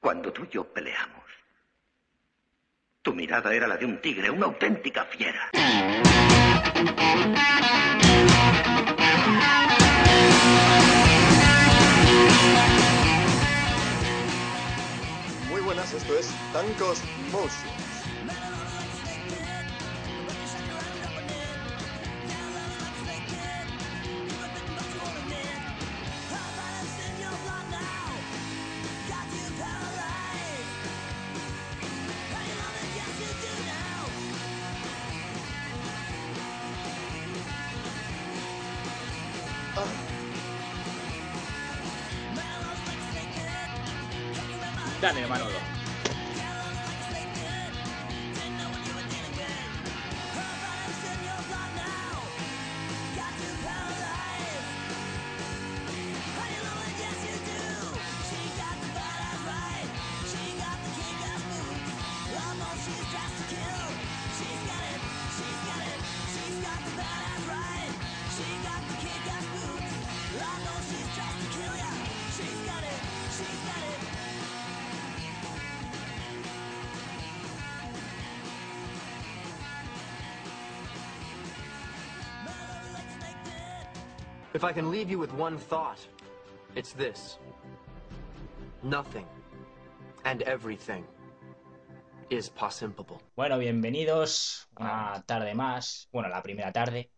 Cuando tú y yo peleamos, tu mirada era la de un tigre, una auténtica fiera. Muy buenas, esto es Tancos Motions. Dale, Manolo. If I can leave you with one thought, it's this nothing and everything is possible. Bueno, bienvenidos una tarde más. Bueno, la primera tarde.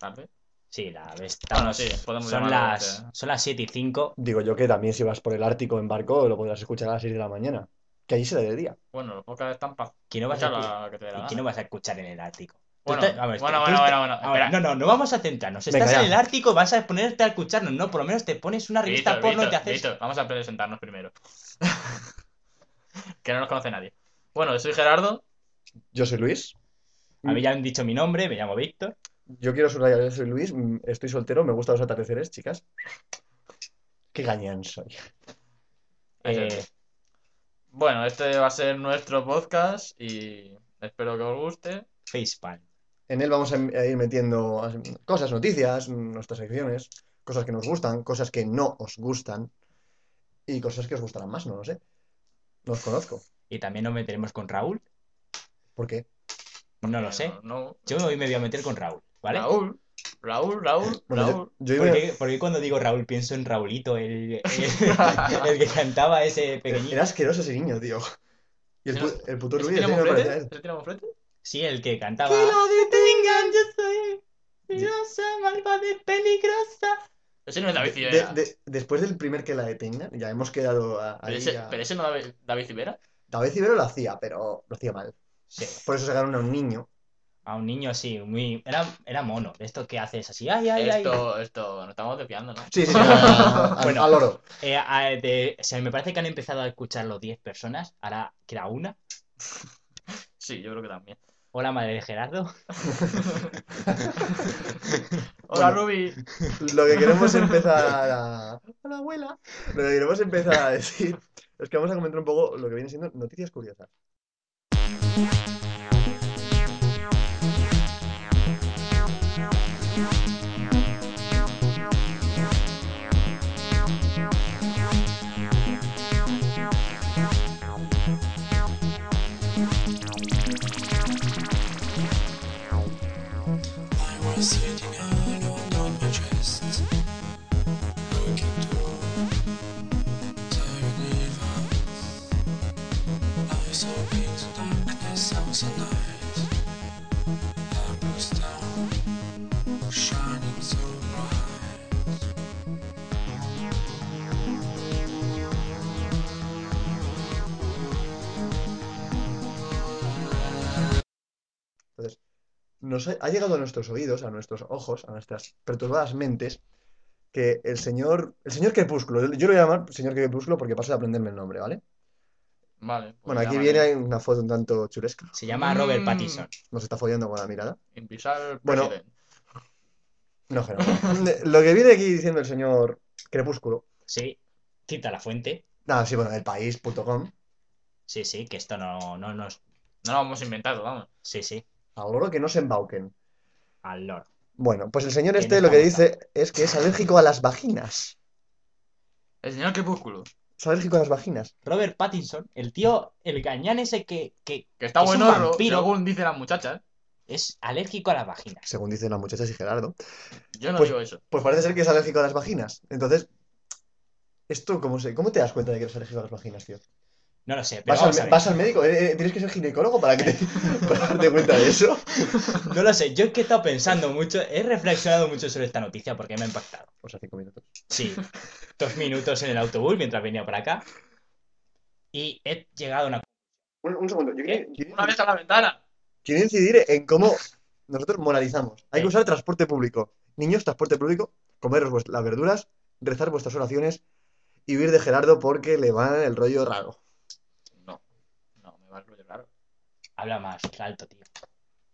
Ah. ¿Tarde? Sí, la Bueno, estamos. sí, podemos son, llamarlo las, tarde. ¿eh? son las 7 y 5. Digo yo que también si vas por el Ártico en barco lo podrás escuchar a las 6 de la mañana. Que allí se da de día. Bueno, los podcasts están para Que no vas a escuchar- la que te dé la ¿Y gana. qué no vas a escuchar en el Ártico? Tú Bueno, estás- vamos, bueno, tú bueno, estás- bueno, bueno, a ver, espera. no, no, no vamos a centrarnos. Venga, Estás en ya. el Ártico, vas a ponerte a escucharnos. No, por lo menos te pones una revista Víctor, porno y te Víctor, haces. Víctor, vamos a presentarnos primero. que no nos conoce nadie. Bueno, soy Gerardo. Yo soy Luis. A mí ya me han dicho mi nombre, me llamo Víctor. Yo quiero subrayar, yo soy Luis, mm, estoy soltero, me gustan los atardeceres, chicas. Qué gañán soy. Eh, Eso es. Bueno, este va a ser nuestro podcast y espero que os guste. Facepalm. En él vamos a em, a ir metiendo as- cosas, noticias, nuestras secciones, cosas que nos gustan, cosas que no os gustan y cosas que os gustarán más, no lo sé. No os conozco. Y también nos meteremos con Raúl. Pues ¿Por qué? No lo sé. No. Yo hoy me voy a meter con Raúl, ¿vale? Raúl, Raúl, Raúl, Bueno, yo- Raúl. yo iba- Porque, porque cuando digo Raúl pienso en Raulito, el, el- el que cantaba ese pequeñito. Era asqueroso ese niño, tío. Y el, Pero- pu- el puto ¿Ese Luis tiene tiene que moflete? aparecer. ¿Ese tiene moflete? Sí, el que cantaba. detengan, yo soy. Yo soy malvada y peligrosa. Ese no es David De- Civera. de- después del primer que la detengan, ya hemos quedado a- pero, ahí ese, ya. pero ese no es David- David Civera. David Ibero lo hacía, pero lo hacía mal. Sí, Por eso sacaron a un niño. a un niño así, muy. Era, era mono. De esto que haces así, ay, ay, ay. Esto, esto, nos estamos desviando, ¿no? Sí, sí, sí, a- a- a- Bueno. al oro. Eh, a- de- o sea, me parece que han empezado a escucharlo 10 personas. Ahora queda una. Sí, yo creo que también. Hola, madre de Gerardo. Hola, Bueno. Ruby. Lo que queremos empezar a. Hola, abuela. Lo que queremos empezar a decir es que vamos a comentar un poco lo que viene siendo noticias curiosas. Nos ha, ha llegado a nuestros oídos, a nuestros ojos, a nuestras perturbadas mentes, que el señor, el señor Crepúsculo, yo lo voy a llamar señor Crepúsculo porque paso de aprenderme el nombre, ¿vale? Vale. pues Bueno, aquí llámale. viene una foto un tanto churesca. Se llama Robert Mm. Pattinson. Nos está follando con la mirada. Impisar Bueno. president. No, Gerardo. Lo que viene aquí diciendo el señor Crepúsculo. Sí. Cita la fuente. Nada, sí, bueno, del país.com. Sí, sí, que esto no, no, no es. No lo hemos inventado, vamos. Sí, sí. Al loro que no se embauquen. Al lord. Bueno, pues el señor Que no este lo que estamos dice es que es alérgico a las vaginas. El señor Crepúsculo. Es alérgico a las vaginas. Robert Pattinson, el tío, el gañán ese que, que Que está Es un bueno, vampiro. según dicen las muchachas. es alérgico a las vaginas. Según dicen las muchachas y Gerardo. Yo no Pues- digo eso. Pues parece ser que es alérgico a las vaginas. Entonces, ¿esto cómo se, cómo te das cuenta de que eres alérgico a las vaginas, tío? No lo sé, pero ¿Vas al, vamos a ver. vas al médico? Eh, eh, ¿Tienes que ser ginecólogo para, que te- para darte cuenta de eso? No lo sé, yo es que he estado pensando mucho, he reflexionado mucho sobre esta noticia porque me ha impactado. O sea, cinco minutos. Sí, dos minutos en el autobús mientras venía para acá. Y he llegado a una... Un, un segundo. Yo Eh, quiero, quiero- Una vez a la ventana. quiero incidir en cómo nosotros moralizamos. Hay Sí. que usar transporte público. Niños, transporte público, comeros vuest- las verduras, rezar vuestras oraciones y huir de Gerardo porque le va el rollo raro. No. No, me va a rollo raro. Habla más alto, tío.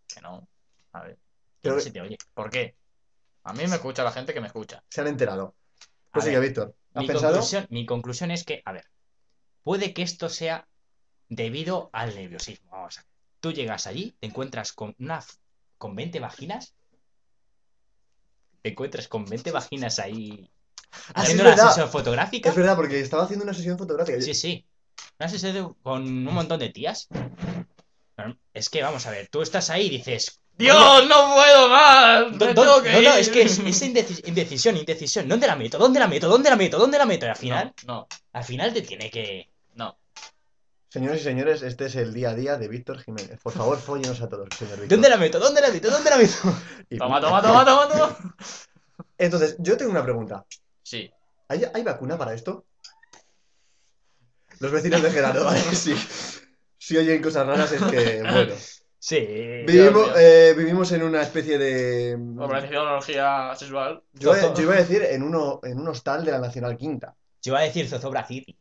Que no. A ver. Que no Pero- se te oye. ¿Por qué? A mí me escucha la gente que me escucha. Se han enterado. A Pues ver, sigue, Víctor. ¿Has mi, pensado? conclusión, mi conclusión es que, a ver, puede que esto sea debido al nerviosismo. Vamos a ver. Tú llegas allí, te encuentras con una f- con 20 vaginas. Te encuentras con 20 vaginas ahí Ah, sí, haciendo es una verdad. sesión fotográfica. Es verdad, porque estaba haciendo una sesión fotográfica. Sí, sí. ¿No has estado con un montón de tías? No, Es que, vamos a ver, tú estás ahí y dices... ¡Dios, no puedo más! "Do- ¡Me do- tengo que no, no, ir". es que es, es indeci- indecisión, indecisión. ¿Dónde la meto? ¿Dónde la meto? ¿Dónde la meto? ¿Dónde la meto? Y al final, No, al final te tiene que... no. Señores y señores, este es el día a día de Víctor Jiménez. Por favor, fóllenos a todos, señor Víctor. ¿Dónde la meto? ¿Dónde la meto? ¿Dónde la meto? Y- Toma, toma, toma, toma, toma. Entonces, yo tengo una pregunta. Sí. ¿Hay, hay vacuna para esto? Los vecinos de Gerardo, ¿vale? Sí. Si oyen cosas raras es que, bueno. Sí. Vivimos, mío. eh, vivimos en una especie de... Oh, Organización de orgía sexual. Yo, iba- yo iba a decir en, uno, en un hostal de la Nacional Quinta, Yo iba a decir Zozobra City.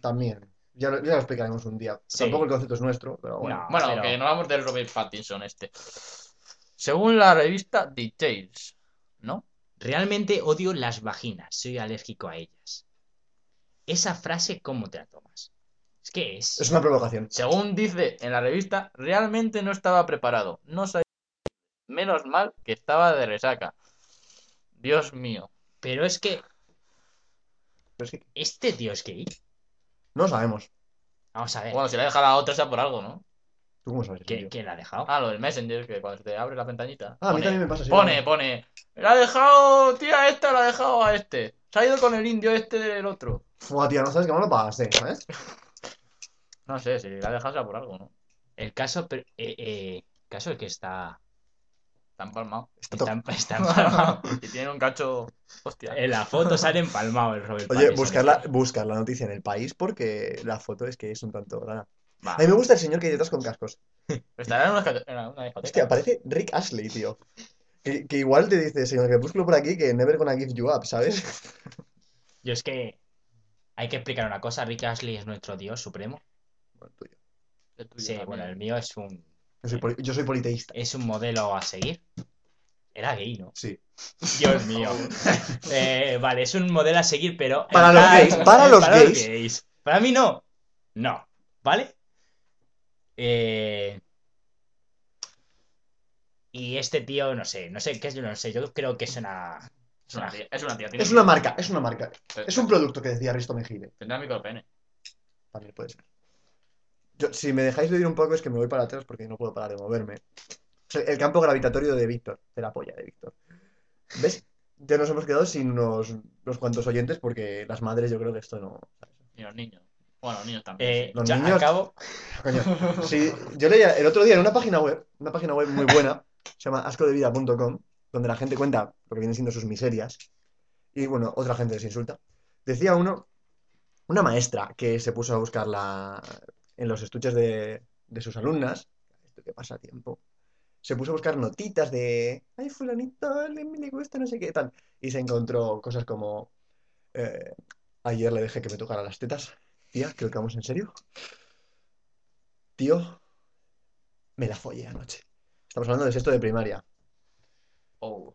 también. Ya lo, ya lo explicaremos un día. Sí. Tampoco el concepto es nuestro, pero bueno. No. Bueno, pero- que no hablamos del Robert Pattinson este. Según la revista Details, ¿no? Realmente odio las vaginas, soy alérgico a ellas. Esa frase, ¿cómo te la tomas? Es que es... Es una provocación. Según dice en la revista, realmente no estaba preparado. No sabía. Menos mal que estaba de resaca. Dios mío. Pero es que eh, Pero es que este tío es gay. no sabemos. Vamos a ver. Bueno, si la deja la otra sea por algo, ¿no? ¿Tú cómo sabes? ¿Qué- tío? ¿Quién la ha dejado? Ah, lo del Messenger, que cuando se te abre la ventanita. Ah, a mí pone- también me pasa, sí, Pone, claro. pone. La ha dejado, tía, esta la ha dejado a este. Se ha ido con el indio este del otro. Fua, tío, no sabes que me lo pagaste, ¿sabes? No sé, si la ha dejado sea por algo, ¿no? El caso, pero- eh, eh, el caso es que está, Está empalmado. está, emp- está empalmado. y tiene un cacho. Hostia. En la foto sale empalmado el Robert Oye, Pattinson buscar la, este. buscar la noticia en el país porque la foto es que es un tanto rara. Va. A mí me gusta el señor que hay detrás con cascos. Estará en una, esca- en una discoteca. Hostia, parece Rick Ashley, tío. Que, que igual te dice, señor Crepúsculo por aquí, que never gonna give you up, ¿sabes? Yo es que hay que explicar una cosa. Rick Ashley es nuestro dios supremo. Bueno, tuyo. El tuyo Sí, también. bueno, el mío es un, Yo soy, poli- yo soy politeísta. es un modelo a seguir. Era gay, ¿no? Sí. Dios mío. Eh, vale, es un modelo a seguir, pero. Para los gays, para los gays. Para mí no. No. ¿Vale? Eh, Y este tío, no sé, no sé qué es, no sé. Yo creo que es una. Es una tía. Es una tía. tiene Es una micro- marca, es una marca. Pero- Es un producto que decía Risto Mejide. Tendrá micropene. También puede ser. pues, Yo, si me dejáis de ir un poco es que me voy para atrás porque no puedo parar de moverme. O sea, El campo gravitatorio de Víctor, de la polla de Víctor. ¿Ves? Ya nos hemos quedado sin unos, unos cuantos oyentes porque las madres yo creo que esto no... Y los niños. Bueno, los niños también. Eh, sí. Los ya niños- acabo. Coño, sí, yo leía el otro día en una página web, una página web muy buena, se llama ascodevida.com, donde la gente cuenta lo que vienen siendo sus miserias y, bueno, otra gente les insulta. Decía uno, una maestra que se puso a buscar la- en los estuches de, de sus alumnas, esto que pasa tiempo, se puso a buscar notitas de, ay, fulanito, le, le gusta, no sé qué, tal. Y se encontró cosas como, eh, ayer le dejé que me tocara las tetas. Tía, creo que vamos en serio. Tío, me la follé anoche. Estamos hablando de sexto de primaria. Oh,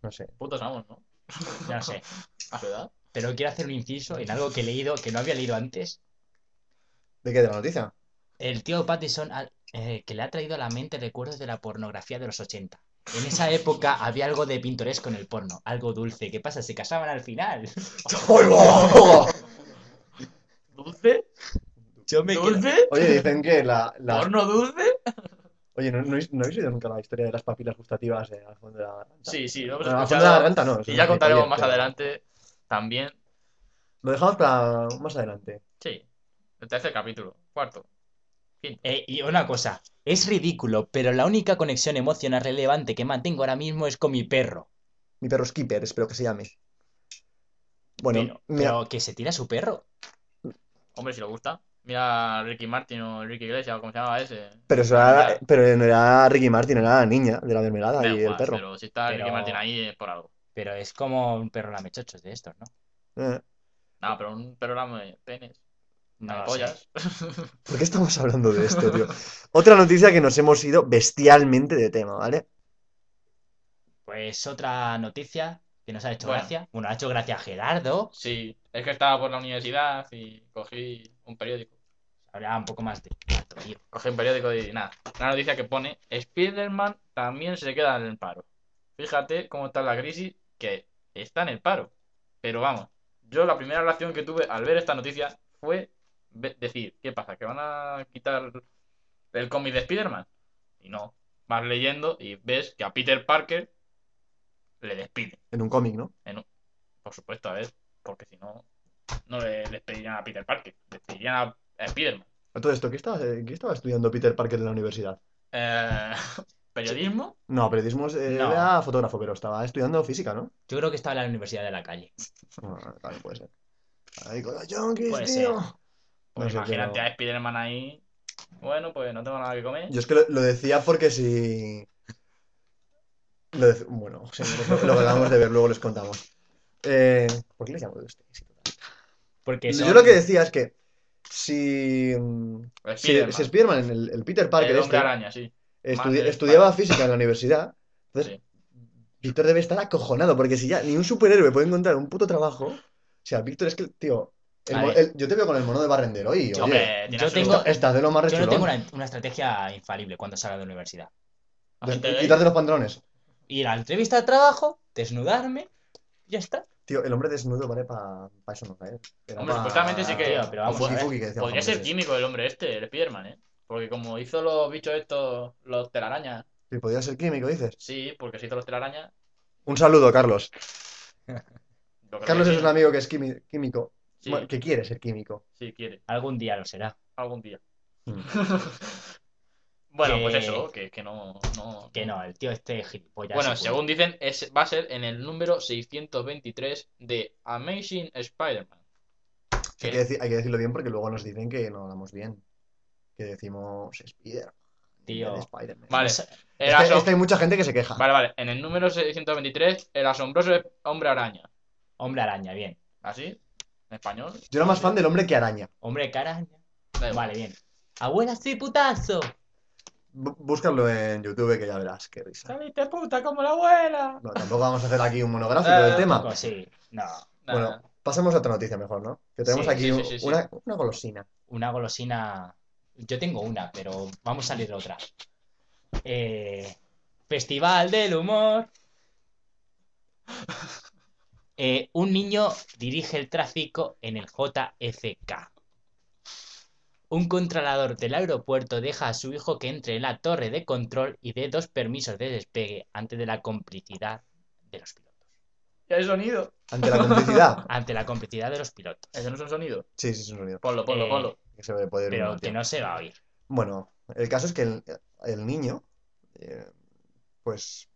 No sé. putos amos, ¿no? Ya lo sé. A su edad. Pero quiero hacer un inciso en algo que he leído, que no había leído antes. ¿De qué? ¿De la noticia? El tío Pattison ha- eh, que le ha traído a la mente recuerdos de la pornografía de los 80. En esa época había algo de pintoresco en el porno, algo dulce. ¿Qué pasa? Se casaban al final. ¿Dulce? Yo me quedo- ¿Dulce? Oye, dicen que la... la- ¿Porno dulce? Oye, ¿no, no, habéis- no habéis oído nunca la historia de las papilas gustativas de al fondo de la garganta? Sí, sí, lo hemos Bueno, al fondo de la escuchado. garganta no. eso Y es ya un contaremos gilipollez, más pero adelante también. Lo dejamos para más adelante. Sí, el tercer capítulo, cuarto. Eh, y una cosa, es ridículo, pero la única conexión emocional relevante que mantengo ahora mismo es con mi perro. Mi perro Skipper, espero que se llame. Bueno, Pero, mira, pero que se tira su perro. Hombre, si le gusta. Mira a Ricky Martin o Ricky Iglesias o como se llamaba ese. pero eso era- Ya. pero no era Ricky Martin, era la niña de la mermelada Da y el igual, perro. pero si está Ricky Pero- Martin ahí es por algo. Pero es como un perro lamechochos de estos, ¿no? Eh, No, pero un perro lame penes, No lame lo sé. pollas. ¿por qué estamos hablando de esto, tío? Otra noticia que nos hemos ido bestialmente de tema, ¿vale? Pues otra noticia que nos ha hecho Bueno. gracia. Bueno, ha hecho gracia a Gerardo. Sí, es que estaba por la universidad y cogí un periódico. Hablaba un poco más de gato, tío. Cogí un periódico y nada. Una noticia que pone: Spiderman también se queda en el paro. Fíjate cómo está la crisis, que está en el paro. Pero vamos, yo la primera reacción que tuve al ver esta noticia fue ve- decir: ¿Qué pasa? ¿Que van a quitar el cómic de Spiderman? Y no. Vas leyendo y ves que a Peter Parker le despiden. En un cómic, ¿no? Por supuesto, a ver, porque si no, no le despedirían a Peter Parker, despedirían a, a Spiderman. A Todo esto, ¿qué estaba, eh, qué estaba estudiando Peter Parker en la universidad? Eh, ¿Periodismo? No, periodismo es- eh, No. era fotógrafo, pero estaba estudiando física, ¿no? Yo creo que estaba en la universidad de la calle. Ah, vale, puede ser. Ahí con los yonkis, Puede tío. ser. No Pues sé, imagínate pero- a Spiderman ahí. Bueno, pues no tengo nada que comer. Yo es que lo, lo decía porque si. Lo dec- Bueno, señores, lo, lo que acabamos de ver, luego les contamos. Eh, ¿Por qué les llamo de ustedes? Porque Yo son- lo que decía es que si. mm, Si, Spiderman, si Spiderman, el, el Peter Parker, el este, hombre araña, sí. estudi- Marvel, estudiaba física en la universidad, entonces Sí. Víctor debe estar acojonado, porque si ya ni un superhéroe puede encontrar un puto trabajo. O sea, Víctor es que, tío. el A mo- ver. el- yo te veo con el mono de barrendero y, Yo, oye, hombre, tiene yo su- tengo- esta- estás de lo más Yo no tengo rechulón. una, una estrategia infalible cuando salga de la universidad. De- Agente gay. Quitarte los pantalones. Ir a la entrevista de trabajo, desnudarme, y ya está. Tío, el hombre desnudo vale para eso no caer. Era Hombre, pa- supuestamente sí que- Tío, pero vamos, Fuki, a ver. fuki que decían Podría ser japoneses. químico el hombre este, el Spiderman, ¿eh? Porque como hizo los bichos estos, los telarañas. Sí, podría ser químico, dices. Sí, porque se hizo los telarañas. Un saludo, Carlos. lo creo que Carlos sí, es un amigo que es quimi- químico. Sí, Bueno, que quiere ser químico. sí, quiere. Algún día lo será. algún día. Mm. bueno, Que- pues eso, que, que no, no- Que no, el tío este gilipollas. Bueno, se según dicen, es, va a ser en el número 623 de Amazing Spider-Man. Hay, que decir- hay que decirlo bien porque luego nos dicen que no hablamos bien. Que decimos Spider. Tío. Spider-Man. Vale, Es- el Es que- asom- es que hay mucha gente que se queja. Vale, vale, en el número 623, el asombroso hombre araña. Hombre araña, bien. ¿Así? ¿En español? Yo era más fan del hombre que araña. Hombre caraña. Da igual. Vale, bien. Abuela, sí, putazo. Bú- Búscalo en YouTube que ya verás, qué risa. ¡Saliste puta como la abuela! No, tampoco vamos a hacer aquí un monográfico Eh, del tema. Poco, Ah, sí. No. Nah, Bueno, pasemos a otra noticia mejor, ¿no? Que tenemos Sí, aquí sí, sí, un- sí, sí. Una, una golosina. Una golosina. Yo tengo una, pero vamos a salir de otra. Eh, Festival del humor. Eh, un niño dirige el tráfico en el JFK. Un controlador del aeropuerto deja a su hijo que entre en la torre de control y dé dos permisos de despegue ante de la complicidad de los pilotos. ¿Y hay sonido? Ante la complicidad. Ante la complicidad de los pilotos. ¿Eso no es un sonido? Sí, sí, es un sonido. Ponlo, ponlo, Eh, ponlo. Que se puede ir Pero uno, que tío. no se va a oír. Bueno, el caso es que el, el niño, eh, pues,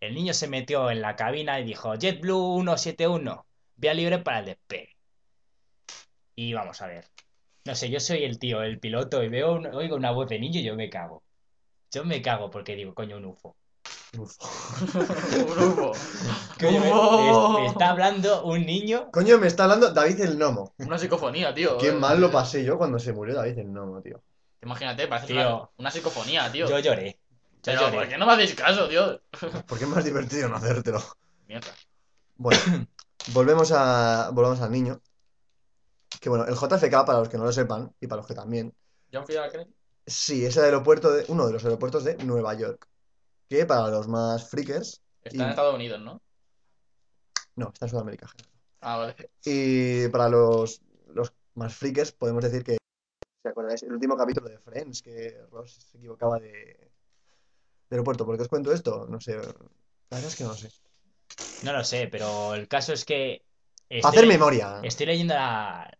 El niño se metió en la cabina y dijo, JetBlue 171, vía libre para el despegue. Y vamos a ver. No sé, yo soy el tío, el piloto, y veo, un- oigo una voz de niño y yo me cago. Yo me cago porque digo, coño, un UFO. Un UFO. Coño, me- ¡Oh! me- me está hablando un niño. Coño, me está hablando David el Nomo. Una psicofonía, tío. Qué mal lo pasé yo cuando se murió David el Nomo, tío. Imagínate, parece Tío. una, una psicofonía, tío. Yo lloré. Yo Pero, pues, lloré. ¿por qué no me hacéis caso, tío? Porque es más divertido no hacértelo. Mierda. Bueno, volvemos, a, volvemos al niño. Que bueno, el JFK, para los que no lo sepan, y para los que también, John F. Kennedy. sí, es el aeropuerto de, uno de los aeropuertos de Nueva York. Que para los más freakers, Está en Y- Estados Unidos, ¿no? no, está en Sudamérica. Ah, vale. Y para los, los más freakers, podemos decir que. ¿Se acordáis? El último capítulo de Friends, que Ross se equivocaba de, de aeropuerto. ¿Por qué os cuento esto? No sé. La verdad es que no sé. No lo sé, pero el caso es que. Para estoy hacer le- memoria. Estoy leyendo la,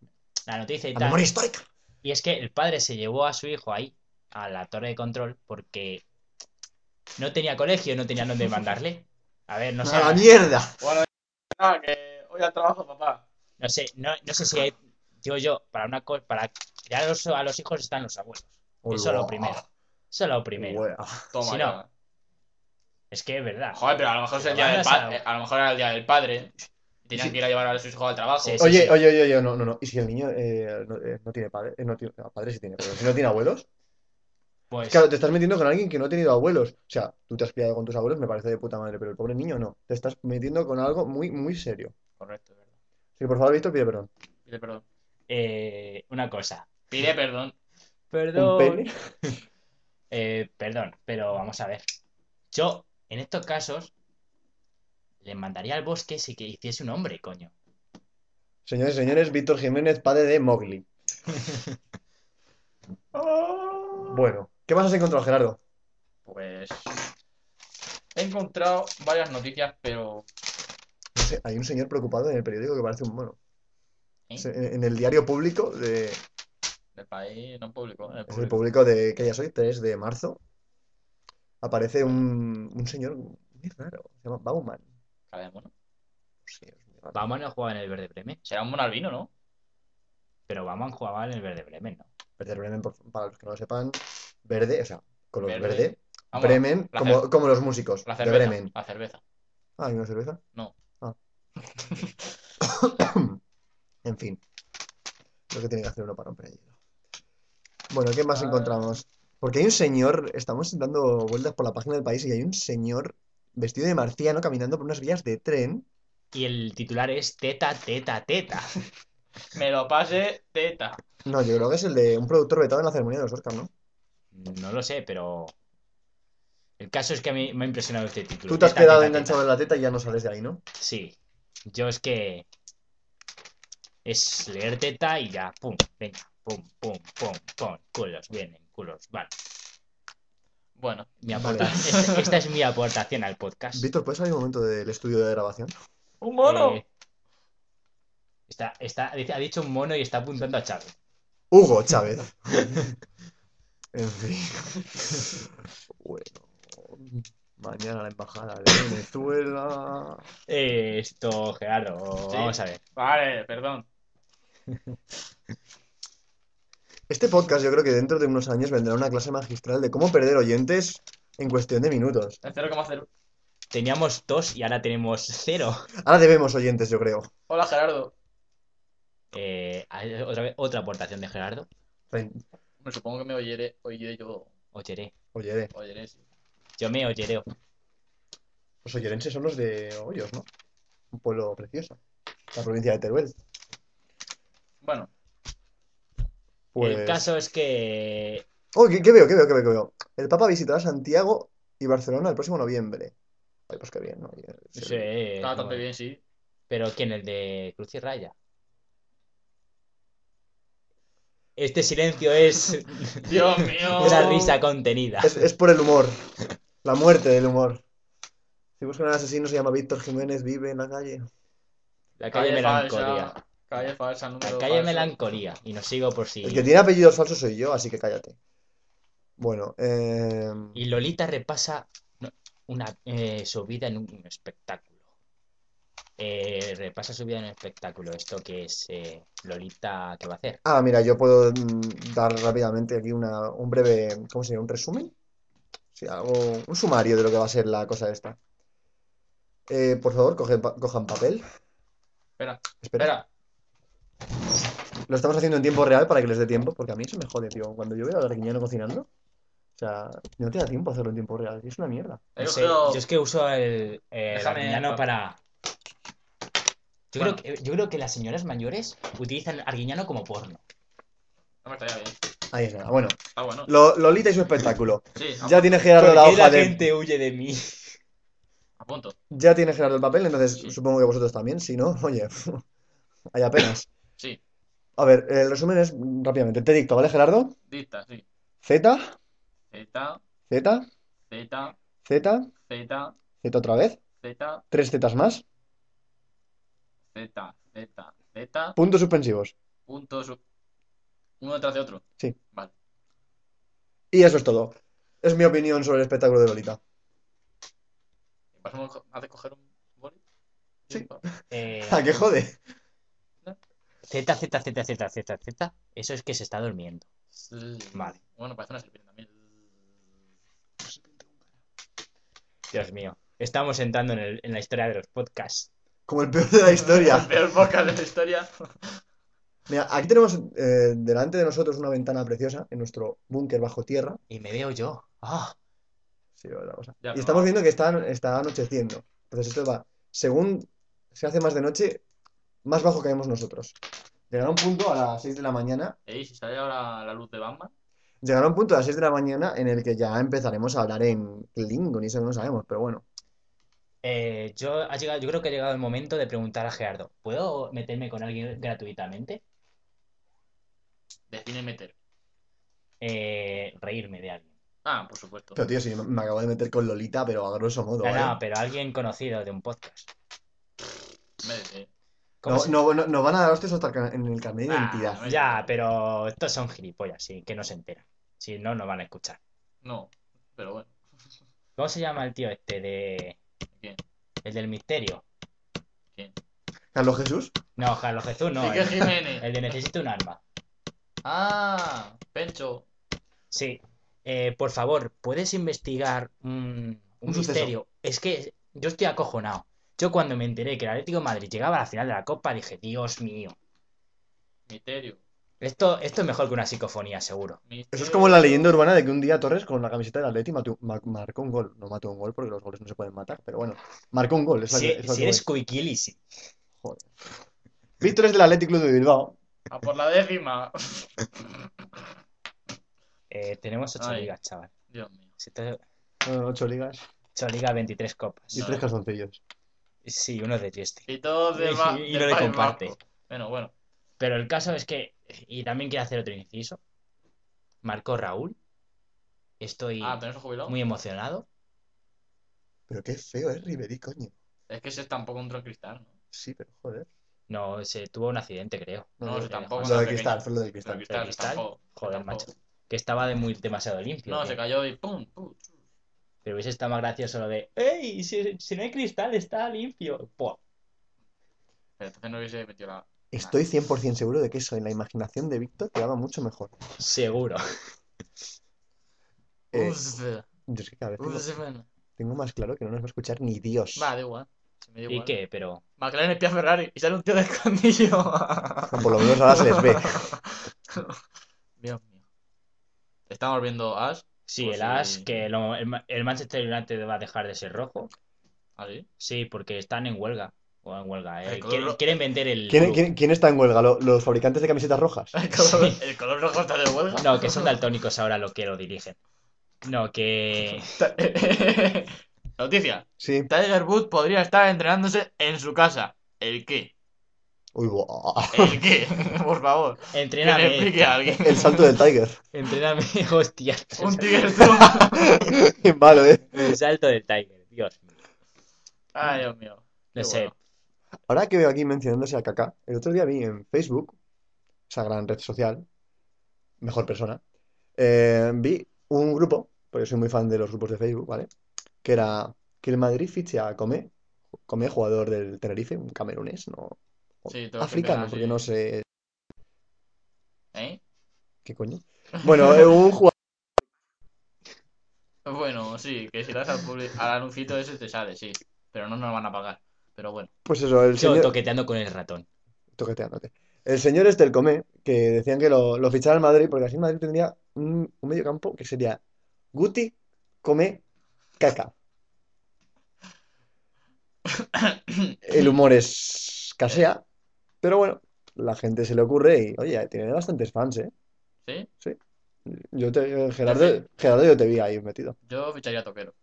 la noticia y La tal. memoria histórica. Y es que el padre se llevó a su hijo ahí, a la torre de control, porque no tenía colegio, no tenía dónde mandarle. A ver, no sé, ¡A la mierda! Ah, que hoy al trabajo, papá. no sé, no, no sé si hay, digo yo, para una cosa, para criar a los, a los hijos están los abuelos. Eso es lo Uah, primero. Eso es lo primero. uah. Toma. Si no. ya. Es que es verdad. Joder, pero a lo mejor es el día del Mandas a- padre. A lo mejor era el día del padre. Y tenían Sí. que ir a llevar a sus hijos al trabajo. Sí, sí, Oye, oye, oye, oye, no, no, no. ¿Y si el niño eh, no, eh, no tiene padre? eh, no tiene, ah, padre sí tiene, pero si no tiene abuelos. Pues Claro, te estás metiendo con alguien que no ha tenido abuelos. O sea, tú te has criado con tus abuelos, me parece de puta madre, pero el pobre niño no. Te estás metiendo con algo muy, muy serio. Correcto, es verdad. Sí, por favor, Víctor, pide perdón. Pide perdón. eh, una cosa. Pide perdón. Perdón. ¿Un pene? Eh, perdón, pero vamos a ver. Yo, en estos casos, le mandaría al bosque si que hiciese un hombre, coño. Señores y señores, Víctor Jiménez, padre de Mowgli. Bueno, ¿qué más has encontrado, Gerardo? Pues. He encontrado varias noticias, pero. No sé, hay un señor preocupado en el periódico que parece un mono. ¿eh? Se- En en el diario público de, Del país no público. ¿eh? Del Es el público. público de que ya soy, 3 de marzo. Aparece un, un señor muy raro. Se llama Bauman. Pues Cara de mono. Sí, es muy raro. Bauman no jugaba en el Verde Bremen, Será un mono albino, ¿no? pero Bauman jugaba en el Verde Bremen, ¿no? Verde Bremen, por- para los que no lo sepan, verde, o sea, color Verde. verde. Vamos, Bremen, la como, cer- como los músicos La de cerveza. Bremen. La cerveza. Ah, ¿hay una cerveza? No. Ah. en fin. Lo que tiene que hacer uno para romper el hielo. Bueno, ¿qué más Ah. encontramos? Porque hay un señor, estamos dando vueltas por la página del país y hay un señor vestido de marciano caminando por unas vías de tren. Y el titular es Teta, Teta, Teta. Me lo pase teta. No, yo creo que es el de un productor vetado en la ceremonia de los Oscars, ¿no? No lo sé, pero. El caso es que a mí me ha impresionado este título. Tú te has Teta, quedado teta, enganchado en la teta y ya no sales de ahí, ¿no? teta. Sí. Yo es que. Es leer Teta y ya. Pum, venga. Pum, pum, pum, pum. Culos, vienen, culos, van. Bueno, Mi Vale. aporta- esta, esta es mi aportación al podcast. Víctor, ¿puedes salir un momento del estudio de grabación? ¡Un mono! Eh, está, está, dice- ha dicho un mono y está apuntando a Chávez. Hugo Chávez. En fin. Bueno. Mañana la embajada de Venezuela. Eh, esto, Gerardo, Sí. vamos a ver. Vale, perdón. Este podcast yo creo que dentro de unos años vendrá una clase magistral de cómo perder oyentes en cuestión de minutos. En 0,0. Teníamos dos y ahora tenemos cero. Ahora debemos oyentes, yo creo. Hola, Gerardo. Eh, hay otra, vez- otra aportación de Gerardo. Me supongo que me oyeré. Oye, yo. Oyeré. Oye, Oyeré, sí. Yo me oyereo. Los oyerenses son los de Hoyos, ¿no? Un pueblo precioso. La provincia de Teruel. Bueno, Pues... El caso es que. Oh, ¿qué, qué veo? ¿Qué veo? ¿Qué veo? ¿Qué veo? El Papa visitará Santiago y Barcelona el próximo noviembre. Ay, pues qué bien, ¿no? Y- no sé, está bastante bueno. bien, sí. Pero ¿quién? El de Cruz y Raya. Este silencio es Dios mío. una risa contenida. Es, es por el humor. La muerte del humor. Si buscan al asesino, se llama Víctor Jiménez, vive en la calle. La calle melancolía. falsa. Calle falsa, número La calle falso. melancolía. Y nos sigo por si. El que tiene apellidos falsos soy yo, así que cállate. Bueno, eh... Y Lolita repasa no, una, eh, su vida en un espectáculo. Eh, repasa su vida en un espectáculo. Esto que es eh, Lolita, ¿qué va a hacer? Ah, mira, yo puedo mm, dar rápidamente aquí una, un breve, ¿cómo se llama? ¿Un resumen? Sí, algo, un sumario de lo que va a ser la cosa esta. Eh, por favor, coge pa- cojan papel. Espera, Espera. espera. Lo estamos haciendo en tiempo real para que les dé tiempo, porque a mí se me jode, tío. Cuando yo veo a Darquiñano cocinando, o sea, no te da tiempo a hacerlo en tiempo real. Es una mierda. He No sé, cogido- yo es que uso el, el Déjame arguiñano pa- para. Yo, Bueno. creo que, yo creo que las señoras mayores utilizan arguiñano como porno. No me estaría bien. Ahí es nada. Bueno, Ah, bueno. Lo- Lolita y su espectáculo. Sí, a- Ya tiene Gerardo ¿Por la qué hoja de. gente huye de mí? a punto. Ya tiene Gerardo el papel, entonces Sí. supongo que vosotros también. Si no, oye, hay apenas. Sí, A ver, el resumen es mm, rápidamente. Te dicto, ¿vale, Gerardo? dicta, sí. Z, Z, Z, Z, Z, Z, Z otra vez. Z, Tres Zetas más. Z, Z, Z, Puntos suspensivos. punto sub- Uno tras de otro. Sí. Vale. Y eso es todo. Es mi opinión sobre el espectáculo de Lolita. ¿Pasamos a de coger un boli? Sí. Eh, ¿A Ah, qué jode? Z, Z, Z, Z, Z, Z. Eso es que se está durmiendo. Vale. Bueno, parece una serpiente también. Dios mío. Estamos entrando en, el- en la historia de los podcasts. Como el peor de la historia. Peor podcast de la historia. Mira, aquí tenemos eh, delante de nosotros una ventana preciosa en nuestro búnker bajo tierra. Y me veo yo. Ah, Sí, otra cosa. Ya, y pero estamos va. viendo que está, está anocheciendo. Entonces esto va, según se hace más de noche, más bajo caemos nosotros. Llegará un punto a las 6 de la mañana, Ey, si sale ahora la luz de Batman. llegará un punto a las 6 de la mañana en el que ya empezaremos a hablar en Klingon y eso no lo sabemos, pero bueno. eh, yo, ha llegado, yo creo que ha llegado el momento de preguntar a Gerardo. ¿Puedo meterme con alguien gratuitamente? Define meter. Eh, reírme de alguien. Ah, por supuesto. Pero tío, sí, me- me acabo de meter con Lolita, pero a grosso modo, ¿eh? No, ¿vale? no, pero alguien conocido de un podcast. Métete. ¿Cómo No- se- no- no- nos van a dar hostias hasta el ca- en el carnet de Ah, identidad. hombre. Ya, pero estos son gilipollas, sí, que no se enteran. Si no, no van a escuchar. No, pero bueno. ¿Cómo se llama el tío este de. ¿Quién? El del misterio. Carlos Jesús, No, Carlos Jesús, no. Quique El, Jiménez. el de Necesito un arma. Ah, Pencho. Sí. Eh, por favor, ¿puedes investigar un, un Un suceso. misterio? Es que yo estoy acojonado. Yo cuando me enteré que el Atlético de Madrid llegaba a la final de la Copa, dije, Dios mío. Misterio. Esto, esto es mejor que una psicofonía, seguro. eso es como la leyenda urbana de que un día Torres con la camiseta del Atleti mató- ma- marcó un gol. No mató un gol porque los goles no se pueden matar, pero bueno, marcó un gol. es lo Si, e- que- es lo si que voy. eres cuiquili, sí. Víctor es del Athletic Club de Bilbao. A Ah, por la décima. Eh, tenemos ocho Ay. ligas, chaval. Dios mío. Si te- Bueno, ocho ligas Ocho ligas, 23 copas. y tres calzoncillos. Sí, uno de Trieste. Y todo de ma- Y de no le País comparte. Vasco. Bueno, bueno. Pero el caso es que, y también quiero hacer otro inciso, marcó Raúl. Estoy Ah, ¿tenés jubilado? muy emocionado. Pero qué feo es Ribery, coño. Es que ese tampoco entró en cristal, ¿no? Sí, pero joder. No, se tuvo un accidente, creo. Eh, No, yo- ese tampoco. Lo no, de pequeño. cristal, fue lo de Pero cristal. cristal, cristal. tampoco. Joder, tampoco. macho. Que estaba de muy demasiado limpio. No, que- se cayó y pum, pum. Pero hubiese estado más gracioso lo de, ¡Ey! Si, si no hay cristal, está limpio. Buah. Pero entonces no hubiese metido la. Estoy 100% seguro de que eso en la imaginación de Víctor quedaba mucho mejor. Seguro. Eh, Uff, yo es que cada vez tengo, uff, bueno. tengo más claro que no nos va a escuchar ni Dios. Va, da igual. Si me da ¿Y igual. qué? Pero McLaren espía a Ferrari y sale un tío de escondillo. Por lo menos ahora se les ve. Dios mío. Estamos viendo Ash. sí, Pues el As, sí. que lo- el, Ma- el Manchester United va a dejar de ser rojo. ¿Así? Sí, porque están en huelga. O en huelga. eh, El color quieren, ro- quieren vender el... ¿Quién, club. quién- quién está en huelga? ¿Lo- ¿Los fabricantes de camisetas rojas? El color, el color rojo está de huelga. No, que son daltónicos ahora lo que lo dirigen. No, que... Noticia. Sí. Tiger Woods podría estar entrenándose en su casa. ¿El qué? Uy, buah. ¿El qué? Por favor. Que me explique a Entréname. alguien. El salto del Tiger. Entréname, hostia. Un Tiger Zumba. Malo, ¿eh? El salto del Tiger, Dios. mío. Ay, Dios mío. No Qué sé, bueno. Ahora que veo aquí mencionándose a Kaká, el otro día vi en Facebook, esa gran red social, mejor persona, eh, vi un grupo, porque soy muy fan de los grupos de Facebook, ¿vale? Que era que el Madrid ficha a Comé, Comé, jugador del Tenerife, un camerunés, no, Sí, todo africano, siempre porque así. no sé ¿Eh? eh, qué coño. Bueno, eh, un jugador Bueno, sí, que si le das al, publi- al anuncito ese te sale, sí. Pero no nos van a pagar. Pero bueno, Pues eso, el Yo señor. toqueteando con el ratón. Toqueteándote. El señor este, el Comé, que decían que lo, lo fichara al Madrid, porque así el Madrid tendría un, un medio campo que sería Guti, Comé, Caca. El humor es casea, pero bueno, la gente se le ocurre y, oye, tiene bastantes fans, ¿eh? ¿sí? Yo te, Gerardo, Gerardo, yo te vi ahí metido. Yo ficharía a Toquero.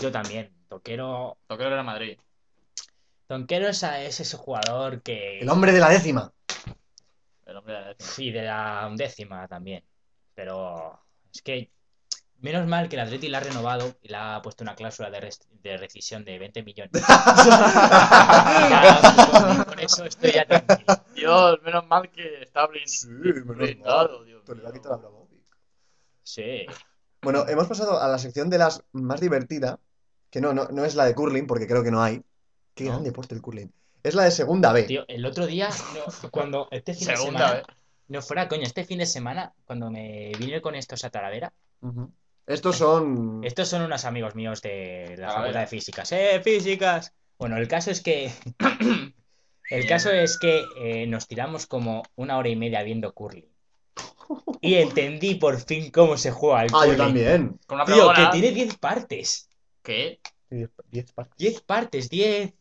Yo también. Toquero. Toquero era Madrid. Toquero es, a- es ese jugador que. El hombre de la décima. El hombre de la décima. Sí, de la undécima también. Pero es que menos mal que el Atleti la ha renovado y le ha puesto una cláusula de, res- de rescisión de 20 millones. Ya, con, con eso estoy ya tranquilo. Dios, menos mal que está blind- Sí, menos blindado, Dios Pero le ha mío. quitado la Abramovich. Sí. Bueno, hemos pasado a la sección de las más divertida, que no, no, no es la de curling, porque creo que no hay. Qué gran deporte el curling. Es la de segunda B. Tío, el otro día, no, cuando este fin de Segunda semana, vez. no fuera coño, este fin de semana, cuando me vine con estos a Talavera, Ujú. Estos son. Estos son unos amigos míos de la Ah, facultad vale. de físicas. ¡Eh, físicas! Bueno, el caso es que. el caso es que eh, nos tiramos como una hora y media viendo curling. Y entendí por fin cómo se juega el Ah, yo curling. también. Con una Tío, que pregunta. tiene 10 partes. ¿Qué? Diez- diez partes. 10 partes, 10.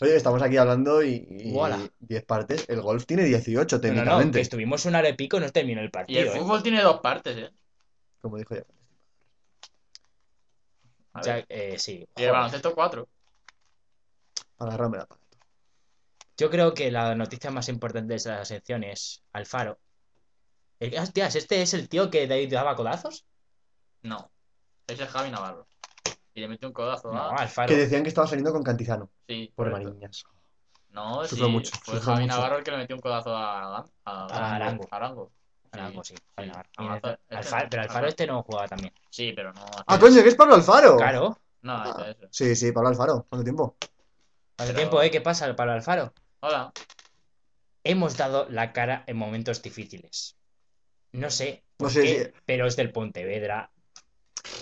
Oye, estamos aquí hablando y, y Mola. 10 partes. El golf tiene 18 No, no, no, técnicamente. que estuvimos una hora y pico, no terminó el Y el partido. ¿eh? fútbol tiene dos partes, ¿eh? Como dijo ya. A O sea, ver. eh, sí. Y el Joder. baloncesto cuatro. Agarrarme la pala. Yo creo que la noticia más importante de esa sección es Alfaro. Eh, Hostias, ¿este es el tío que David daba codazos? No. Ese es Javi Navarro. Y le metió un codazo No, eh. a... Alfaro. Que decían que estaba saliendo con Cantizano. Sí, Por correcto. Mariñas. No, Sufro sí, mucho, fue sufro Javi mucho. Navarro el que le metió un codazo a Aran- a A Arango. Arango. Arango, Arango. Sí, sí. sí. Navarro. Amazo- Alfa- este Alfa- no, pero Alfaro Alfa- este pues- no jugaba también. Sí, pero no. hace- ¡Ah, coño, que es Pablo Alfaro! Claro. No, eso, eso. Sí, sí, Pablo Alfaro. ¿Cuánto tiempo? Hace Pero- tiempo, ¿eh? ¿Qué pasa, Pablo Alfaro? Hola. Hemos dado la cara en momentos difíciles. No sé No por sé, qué, pero es del Pontevedra.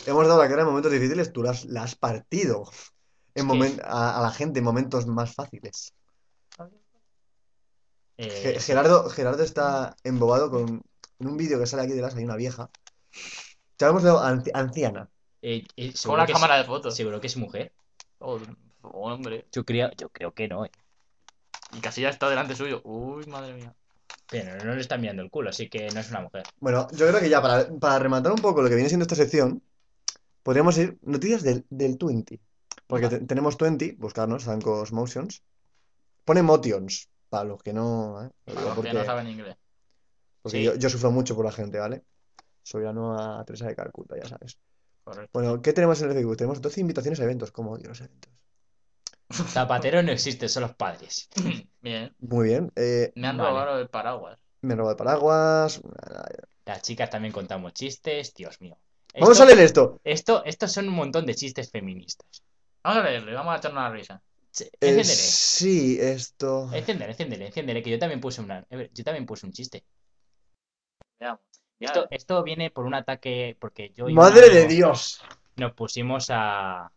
Hemos dado la cara en momentos difíciles, tú la has, la has partido en que- momen- a, a la gente en momentos más fáciles. Eh, Eh, Ge- Gerardo, Gerardo está embobado con en un vídeo que sale aquí de las hay una vieja. Sabemos de anci- anciana. eh, eh, Con seguro una que es- cámara de fotos. seguro que es mujer. Oh, hombre. Yo creo, yo creo que no, ¿eh? Y Casillas está delante suyo. Uy, madre mía. Pero no le están mirando el culo, así que no es una mujer. Bueno, yo creo que ya para, para rematar un poco lo que viene siendo esta sección, podríamos ir noticias del, del 20. Porque te- tenemos 20, buscarnos, Zancos Motions. Pone Motions, para los que no. ¿eh? Lo digo Para los que porque- no saben inglés. Porque Sí. yo, yo sufro mucho por la gente, ¿vale? Soy la nueva Teresa de Calcuta, ya sabes. Correcto. Bueno, ¿qué tenemos en el Facebook? Tenemos 12 invitaciones a eventos. ¿Cómo odio los eventos? Zapatero no existe, son los padres. Bien. Muy bien. eh, Me han Vale. robado el paraguas. me han robado el paraguas. Las chicas también contamos chistes, Dios mío. Vamos Esto- a leer esto. Esto, estos son un montón de chistes feministas. Vamos a leerlo y vamos a echar una risa. Ch- Eh, Enciéndele, sí, esto. enciéndele, enciéndele, enciéndele, que yo también puse una, eh, yo también puse un chiste. Veamos. Esto, esto viene por un ataque, porque yo y Madre un de amigo Dios. nos pusimos a,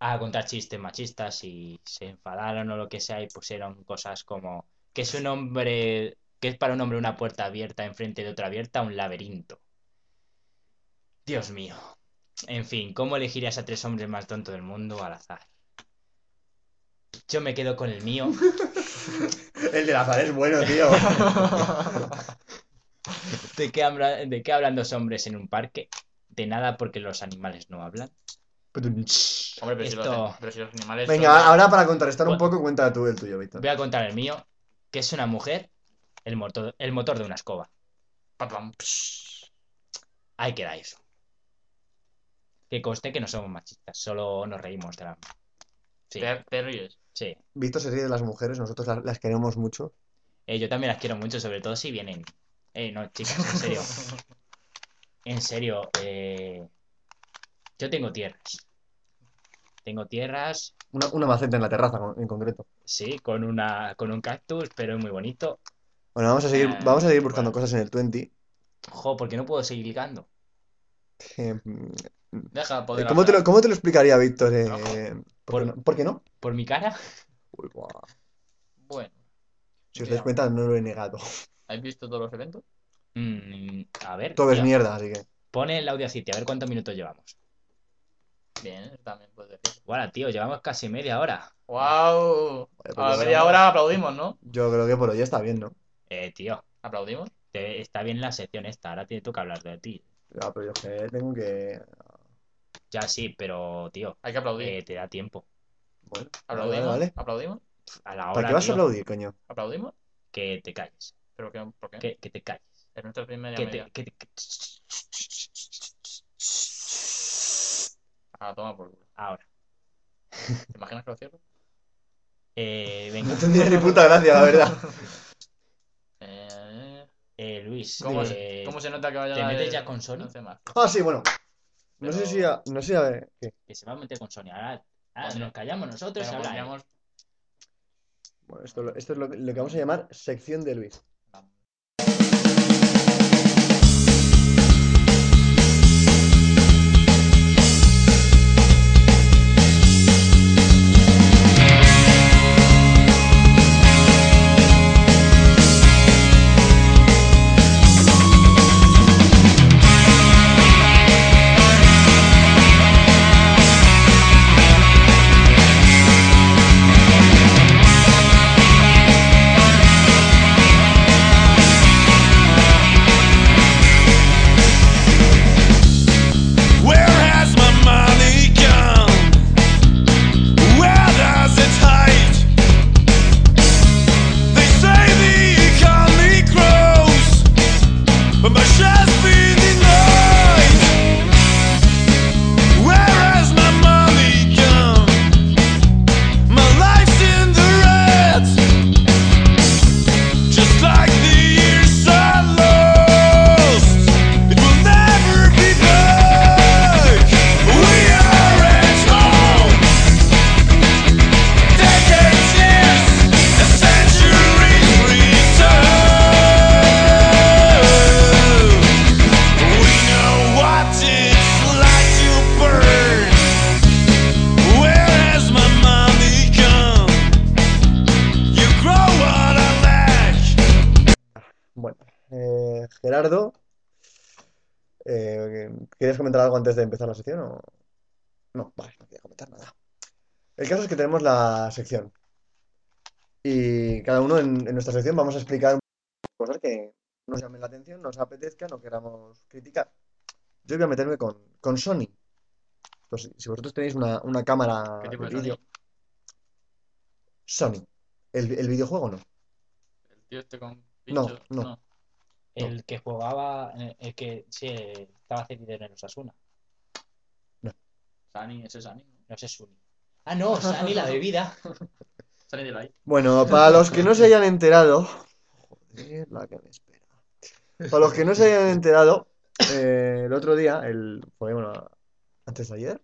a contar chistes machistas y se enfadaron o lo que sea y pusieron cosas como que es un hombre, que es para un hombre una puerta abierta enfrente de otra abierta, un laberinto. Dios mío. En fin, ¿cómo elegirías a tres hombres más tontos del mundo al azar? Yo me quedo con el mío. El de la pared es bueno, tío. ¿De qué, habla- de qué hablan dos hombres en un parque? De nada porque los animales no hablan. Hombre, pero, si Esto- los, pero si los animales. son- Venga, ahora para contrarrestar un Bueno. poco, cuenta tú el tuyo, Víctor. Voy a contar el mío, que es una mujer, el motor, el motor de una escoba. Pam, pam. Ahí queda eso. Que conste que no somos machistas, solo nos reímos de la... Sí, Te, te ríes. sí. Víctor se ríe de las mujeres, nosotros las, las queremos mucho. Eh, yo también las quiero mucho, sobre todo si vienen... Eh, no, chicas, en serio. En serio, eh, yo tengo tierras. Tengo tierras, Una, una maceta en la terraza, con- en concreto. Sí, con una, con un cactus, pero es muy bonito. Bueno, vamos a seguir, Eh, vamos a seguir buscando bueno. cosas en el 20. Jo, porque no puedo seguir ligando. que, mm, Deja poder ¿Cómo te, lo, hablar. cómo te lo explicaría, Víctor? Eh, ¿por qué Por- no? ¿Por qué no? Por mi cara. Uy, buah. Bueno, Si os Mira. dais cuenta, no lo he negado. ¿habéis visto todos los eventos? Mm, a ver. Todo es ya. mierda, así que. Pone el Audio City, a ver cuántos minutos llevamos. Bien, eso también puede decir. Guau, tío, llevamos casi media hora. ¡Wow! pues A ya la media hablamos. hora aplaudimos, ¿no? Yo creo que por hoy está bien, ¿no? Eh, tío, ¿Aplaudimos? te- está bien la sección esta, ahora te toca hablar de ti. Ya, pero yo es que tengo que. Ya sí, pero, tío, Hay que aplaudir. eh, te da tiempo. Bueno, vale, ¿Aplaudimos? vale, vale. ¿Aplaudimos? A la ¿Para hora, qué vas a tío, aplaudir, coño? ¿Aplaudimos? que te calles. ¿Pero qué? ¿Por qué? Que, que te calles. Es nuestra primera Que media. te, que te- que- Ah, toma por culo. Ahora. ¿Te imaginas que lo cierro? Eh, No venga, tendría ni puta gracia, la verdad. Eh, eh, Luis. ¿cómo, eh, se, cómo se nota que va a ¿te llegar metes el- ya con Sony? el tema? Ah, sí, bueno. No Pero- sé si. a- No sé a ver. ¿qué? Que se va a meter con Sonia. Ahora, ahora Vale. nos callamos nosotros Pero y habla él. podríamos- Bueno, esto, lo- esto es lo, que- lo que vamos a llamar sección de Luis. Where has my money gone? Where does it hide? They say the economy grows, but my shares been denied. Where has my money gone? My life's in the red, just like the years I lost. It will never be back. We are at home. Decades, years, a century return. We know what it's like to burn. Where has my money gone? You grow what I lack. Bueno, eh, Gerardo, eh, ¿querías comentar algo antes de empezar la sección o...? No, vale, no quería comentar nada. El caso es que tenemos la sección. Y cada uno en, en nuestra sección vamos a explicar cosas que nos llamen la atención, nos apetezcan o queramos criticar. Yo voy a meterme con, con Sony. Pues, si vosotros tenéis una, una cámara ¿Qué tipo de vídeo... Sony. ¿El, el videojuego no? El tío este con No, pinchos. no. El que jugaba, eh, el que sí, eh, estaba cedido en el Osasuna. Sani, ese es Sani. ¿no? No sé, Suni. Ah, no, Sani, la bebida. Sani de la I. Bueno, para los que no se hayan enterado, joder, la que me espera. Para los que no se hayan enterado, eh, el otro día, el, fue, bueno, antes de ayer,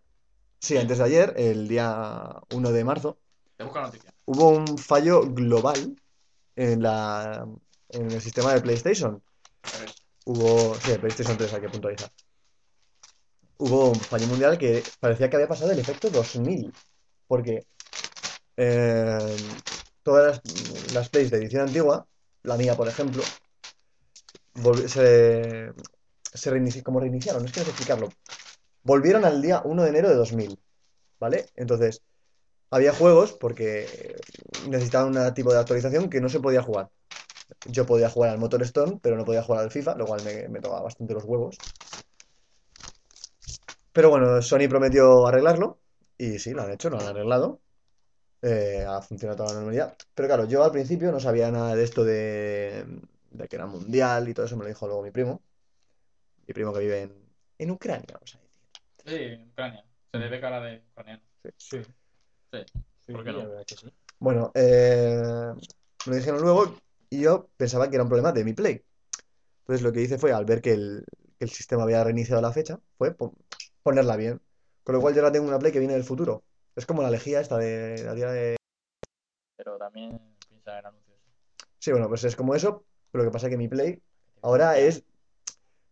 sí, antes de ayer, el día 1 de marzo, Te busco la noticia. hubo un fallo global en la, en el sistema de PlayStation. Hubo, sí, de PlayStation 3 hay que puntualizar. Hubo un fallo mundial que parecía que había pasado el efecto 2000, porque eh, todas las, las plays de edición antigua, la mía por ejemplo, volvi- se, se reinici- como reiniciaron, es que no sé explicarlo, volvieron al día 1 de enero de 2000, ¿vale? Entonces, había juegos porque necesitaban un tipo de actualización que no se podía jugar. Yo podía jugar al Motor Stone, pero no podía jugar al FIFA, lo cual me, me tocaba bastante los huevos. Pero bueno, Sony prometió arreglarlo y sí, lo han hecho, lo han arreglado. Eh, ha funcionado toda la normalidad. Pero claro, yo al principio no sabía nada de esto de, de que era mundial y todo eso, me lo dijo luego mi primo. Mi primo que vive en, en Ucrania, vamos a decir. Sí, en Ucrania. Se le ve cara de ucraniano. Sí. Sí. ¿Por qué no? la verdad que sí. Bueno, eh, me lo dijeron luego y yo pensaba que era un problema de mi Play. Entonces lo que hice fue, al ver que el, que el sistema había reiniciado la fecha, fue po- ponerla bien. Con lo cual yo ahora tengo una Play que viene del futuro. Es como la lejía esta de la tía de... Pero también piensa en anuncios. Sí, bueno, pues es como eso, pero lo que pasa es que mi Play ahora es...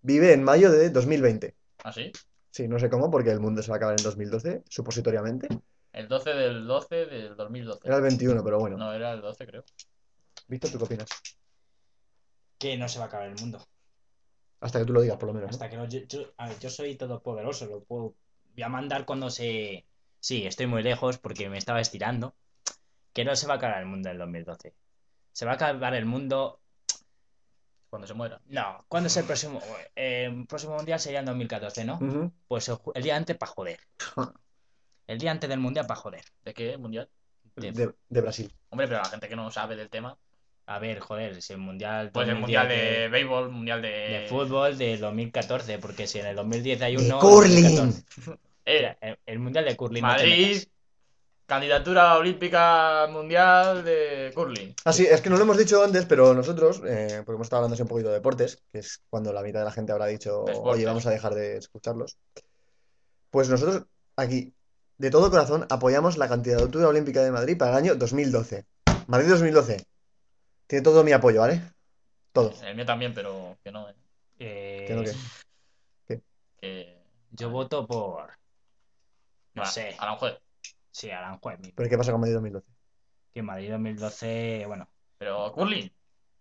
Vive en mayo de 2020. ¿Ah, sí? Sí, no sé cómo, porque el mundo se va a acabar en 2012, supositoriamente. El 12 del 12 del 2012. Era el 21, pero bueno. No, era el 12, creo. Víctor, ¿tú qué opinas? Que no se va a acabar el mundo. Hasta que tú lo digas, por lo menos. ¿no? Hasta que no, yo, yo- a ver, yo soy todopoderoso, lo puedo. Voy a mandar cuando se. Sí, estoy muy lejos porque me estaba estirando. Que no se va a acabar el mundo en el 2012. Se va a acabar el mundo. Cuando se muera. No, ¿cuándo es el próximo? Eh, el próximo mundial sería en 2014, ¿no? Ujú. Pues el, ju- el día antes para joder. El día antes del mundial para joder. ¿De qué? ¿Mundial? De- de, de Brasil. Hombre, pero la gente que no sabe del tema. A ver, joder, si el mundial. Pues el 2010 mundial de- de béisbol, mundial de. de fútbol de 2014, porque si en el 2010 hay De uno. curling. 2014. Eh, Mira, El, el mundial de curling. no tiene Madrid, caso. candidatura olímpica mundial de curling. Ah, sí, es que no lo hemos dicho antes, pero nosotros, eh, porque hemos estado hablando así un poquito de deportes, que es cuando la mitad de la gente habrá dicho, Deportes. oye, vamos a dejar de escucharlos. Pues nosotros aquí, de todo corazón, apoyamos la candidatura olímpica de Madrid para el año 2012. Madrid 2012. Tiene todo mi apoyo, ¿vale? Todo. El mío también, pero que no. eh, Eh, Que no, que- Que... Yo voto por. No Va, sé. A la mujer. Sí, Aranjuez. mismo. Pero ¿qué pasa con Madrid 2012? Que Madrid 2012, bueno. Pero curling.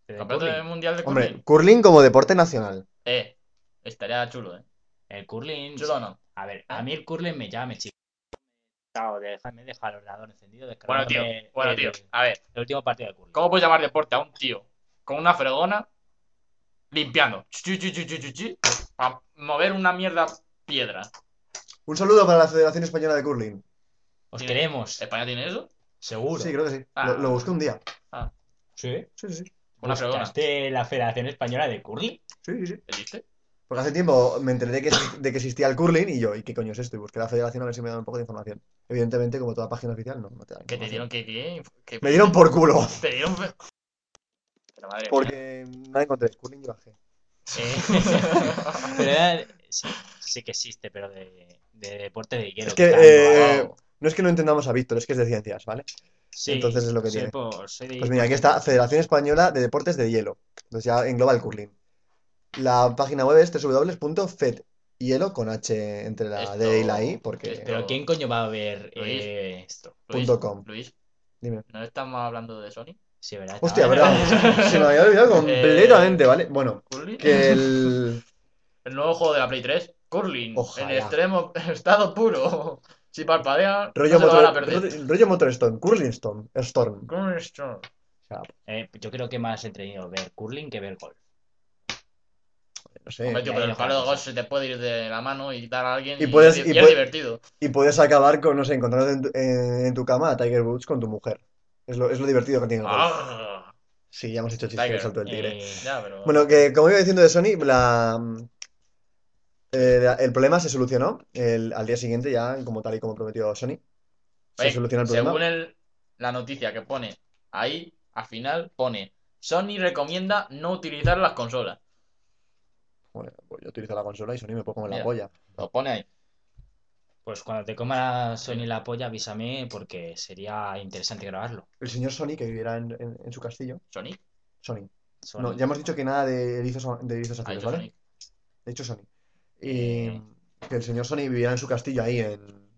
de Campeonato curling. mundial de curling. Hombre, curling como deporte nacional. Eh, estaría chulo, ¿eh? El curling. Chulo o no. Ah. A ver, a mí el curling me llama, chico. Chao, déjame dejar el ordenador encendido. Bueno, descargándome tío. el- Bueno, tío. A ver, El último partido de curling. ¿cómo puedes llamar deporte a un tío con una fregona limpiando? Chu, chu, chu, chu, chu, chu, a mover una mierda piedra. Un saludo para la Federación Española de Curling. Os Sí. Eh, queremos, ¿España tiene eso? seguro. Sí, creo que sí. Ah. Lo, lo busqué un día. ¿Sí? Sí, sí, sí. Una fregona. ¿Buscaste la Federación Española de Curling? Sí, sí, sí. ¿Existe? Porque hace tiempo me enteré que, de que existía el curling y yo, ¿y qué coño es esto? Y busqué la federación a ver si me dan un poco de información. Evidentemente, como toda página oficial, no, no te dan ¿Qué te información. dieron? ¿Qué? qué, qué- Me dieron por culo. Te dieron. fe- Pero madre Pues, mía. Porque no la encontré. Curling y bajé. Eh, pero era- sí, sí que existe, pero de, de deporte de hielo. Es que, claro, eh, wow. No es que no entendamos a Víctor, es que es de ciencias, ¿vale? Sí, entonces es lo que soy tiene. por- soy de- Pues mira, aquí está Federación Española de Deportes de Hielo. Entonces ya engloba el curling. La página web es www.fedhielo con H entre la Esto- D y la I, porque... esto- Pero ¿quién coño va a ver Luis. eh, esto? Luis, punto com. Luis, Dime. ¿no estamos hablando de Sony? Sí, ¿verdad? Ah, Hostia, Estaba- ¿verdad? Se me había olvidado Eh, completamente, ¿vale? Bueno, ¿Curling? que el... El nuevo juego de la Play 3, Curling, Ojalá. en extremo, estado puro. Si parpadea, Rollo, no se lo van a motor, perder. ro- rollo Motor Storm, Curling Storm. Storm. Curling Storm. Eh, yo creo que más entretenido ver curling que ver golf. No sé. Hombre, tío, ahí pero no el palo de pasa. golf se te puede ir de la mano y dar a alguien Y puedes- pues, es- y es puede- divertido. Y puedes acabar con, no sé, encontrarte en tu, en- en tu cama a Tiger Woods con tu mujer. Es lo, es lo divertido que tiene el golf. Ah, Sí, ya hemos hecho chiste del Tiger, salto del tigre. Eh, ya, pero... Bueno, que como iba diciendo de Sony, la, eh, la- el problema se solucionó el- al día siguiente ya, como tal y como prometió Sony. Se Oye, solucionó el según problema. el- la noticia que pone ahí, al final pone Sony recomienda no utilizar las consolas. Bueno, pues yo utilizo la consola y Sony me pongo en la Mira. polla. Lo pone ahí. pues cuando te coma Sony la polla, avísame porque sería interesante grabarlo. El señor Sony, que viviera en, en- en su castillo. Sonic. Sony. Sony. No, ya hemos dicho que nada de erizos, de erizos Ha azules, dicho ¿vale? Sonic. De hecho, Sony. Eh. Y que el señor Sony viviera en su castillo ahí en,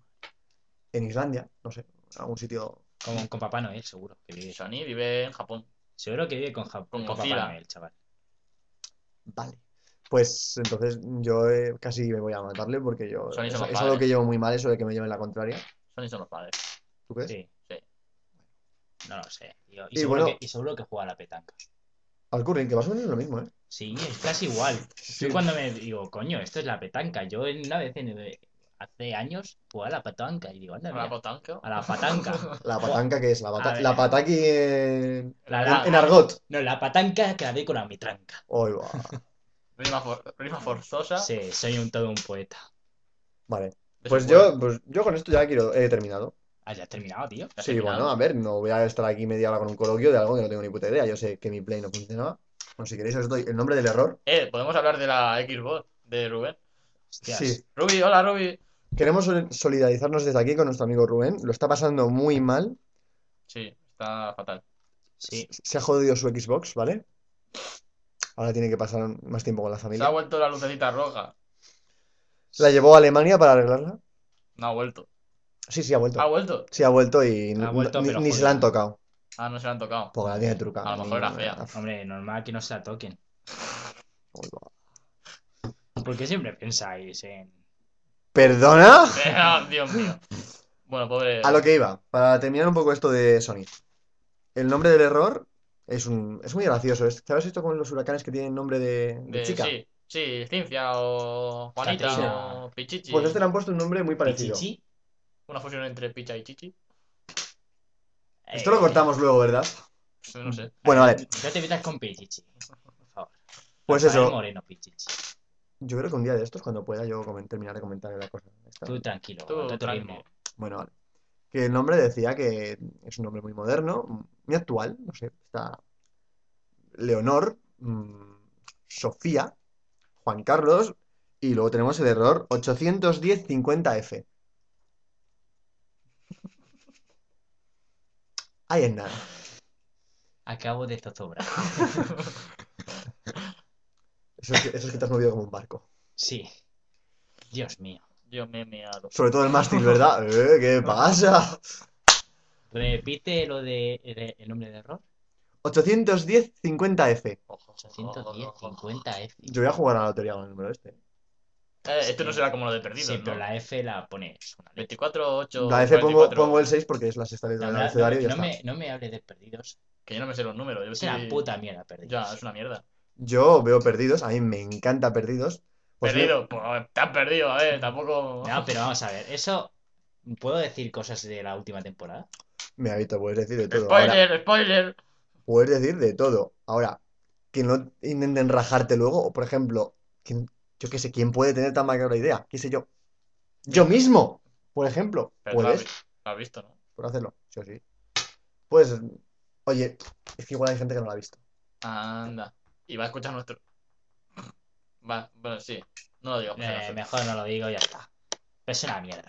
en Islandia, no sé, algún sitio. Con, con Papá Noel, seguro que vive. Sony vive en Japón. Seguro que vive con, Ja- Con con Papá Godzilla. Noel, chaval. Vale. Pues entonces yo eh, casi me voy a matarle porque yo. Sony es, somos es algo padres. que llevo muy mal, eso de que me lleven la contraria. Sony son los padres. ¿Tú crees? Sí. Sí. No lo sé. tío. Y, Y seguro bueno- que, y seguro que juega a la petanca. Al curling, que más o menos es lo mismo, ¿eh? Sí, es casi igual. Yo cuando me digo, coño, esto es la petanca. Yo en una vez en- hace años jugaba a la petanca y digo, Ah, anda, Una mira, botanca. a la patanca. La patanca que es, la, bata- A ver. la pataki en, La- en, la- en argot. No, la patanca que la doy con la mitranca. Ahí va. Rima, for- rima forzosa. Sí, soy un todo un poeta. Vale. de Pues su yo, pues yo con esto ya quiero, he terminado. Ah, ya has terminado, tío. ¿Has Sí, terminado? bueno, a ver, no voy a estar aquí media hora con un coloquio de algo que no tengo ni puta idea. Yo sé que mi play no funcionaba. Bueno, si queréis os doy el nombre del error. Eh, podemos hablar de la Xbox de Rubén. Hostias. Sí. Rubi, hola Rubi. Queremos sol- solidarizarnos desde aquí con nuestro amigo Rubén. Lo está pasando muy mal. Sí, está fatal. Sí. Se ha jodido su Xbox, ¿vale? Ahora tiene que pasar más tiempo con la Se ha familia. vuelto la lucecita roja. la llevó a Alemania para arreglarla. No ha vuelto. Sí, sí, ha vuelto. ¿Ha vuelto? Sí, ha vuelto y Ha vuelto, ni, pero ni se jodida. la han tocado. Ah, no se la han tocado. Porque la tiene trucada. A lo mejor era Ni- fea. Hombre, normal que no se la toquen. Uy, va. Porque siempre pensáis en. ¿Perdona? Ah, Dios mío. Bueno, pobre. A lo que iba, para terminar un poco esto de Sonic. El nombre del error es un es muy gracioso. Es- ¿Sabes esto con los huracanes que tienen nombre de, de de- chica? Sí, sí, Cincia o Juanita Catrina. o Pichichi. Pues a este le han puesto un nombre muy parecido. Pichichi. Una fusión entre Picha y Chichi. Esto lo cortamos luego, ¿verdad? Pues No sé. Bueno, vale. Eh, No te metas con Pichichi. Por favor. Pues Rafael eso. Moreno, Pichichi. Yo creo que un día de estos, cuando pueda, yo comen- terminar de comentar la cosa. esta. Tú tranquilo, Tú, tú, tranqui. mismo. Bueno, vale. Que el nombre decía que es un nombre muy moderno, muy actual, no sé, está Leonor, mm, Sofía, Juan Carlos, y luego tenemos el error 810-50F. Ahí es nada. Acabo de zozobrar. Eso es, que, eso es que te has movido como un barco. Sí. Dios mío. Yo me he meado. Sobre todo el mástil, ¿verdad? Eh, ¿Qué pasa? Repite lo de, de- el nombre de error. 810-50F. 810, 50 F. Yo voy a jugar a la lotería con el número este. Eh, esto no será como lo de perdido. Sí, ¿no? pero la E. F la pones una letra. 24, 8. La F pongo, 44. pongo el 6 porque es la sexta letra No, del no, abecedario y ya no está. me, no me hables de perdidos. Que yo no me sé los números. Yo Es soy- una puta mierda Ya, perdidos. es una mierda. Yo veo perdidos, a mí me encanta perdidos. Pues perdido. Pues te has perdido, a ver, tampoco. No, pero vamos a ver, eso. ¿Puedo decir cosas de la última temporada? Me habito, puedes decir de todo. Ahora, spoiler, spoiler. puedes decir de todo. Ahora, que no intenten rajarte luego, o por ejemplo, que- yo qué sé, ¿quién puede tener tan macabra idea? ¿Qué sé yo? Yo mismo, por ejemplo. Pero tú Puedes, has- lo has visto, ¿no? por hacerlo, sí o sí. Pues, oye, es que igual hay gente que no la ha visto. Anda. Y va a escuchar nuestro. Va, bueno, sí. No lo digo. Eh, José, no sé. mejor no lo digo, ya está. Pero es una mierda.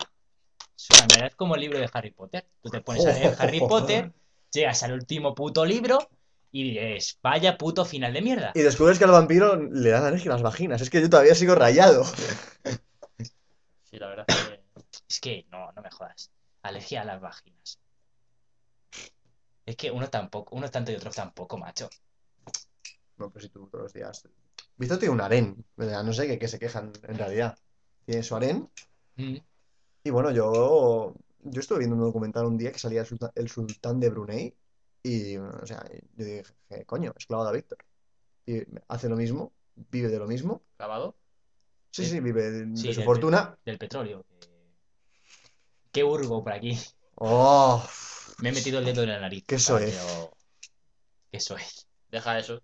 Es una mierda, es como el libro de Harry Potter. Tú te pones a leer Harry Potter, llegas al último puto libro y dices, vaya puto final de mierda. Y descubres que al vampiro le dan alergia a las vaginas. Es que yo todavía sigo rayado. Sí, la verdad es que. Eh, Es que no, no me jodas. Alergia a las vaginas. Es que uno tampoco, uno tanto y otro tampoco, macho. No, pero si tú todos los días. Visto tiene un harén. o sea, No sé qué, qué se quejan en realidad. Tiene su harén. Mm. Y bueno, yo, yo estuve viendo un documental un día que salía el sultán, el sultán de Brunei. Y, o sea, yo dije, coño, esclavo de Víctor. Y hace lo mismo, vive de lo mismo. ¿Clavado? Sí, Sí. sí, vive de, de Sí, su del- fortuna. Del petróleo. Eh, Qué hurgo por aquí. ¡Oh! Me he metido el dedo en la nariz. Qué para soez. que lo- Qué soez. Deja eso.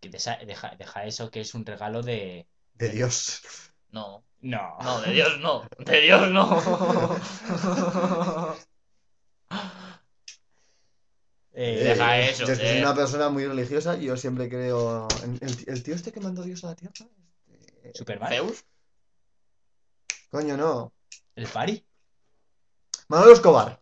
Que desa- deja, deja eso que es un regalo de. De Dios. No. No. No, de Dios no. De Dios no. Eh, Deja Eh, eso, Yo es que soy eh. una persona muy religiosa y yo siempre creo. en- El, el tío este que mandó Dios a la tierra. este, Superman. ¿Zeus? Coño, no. El pari. Manolo Escobar.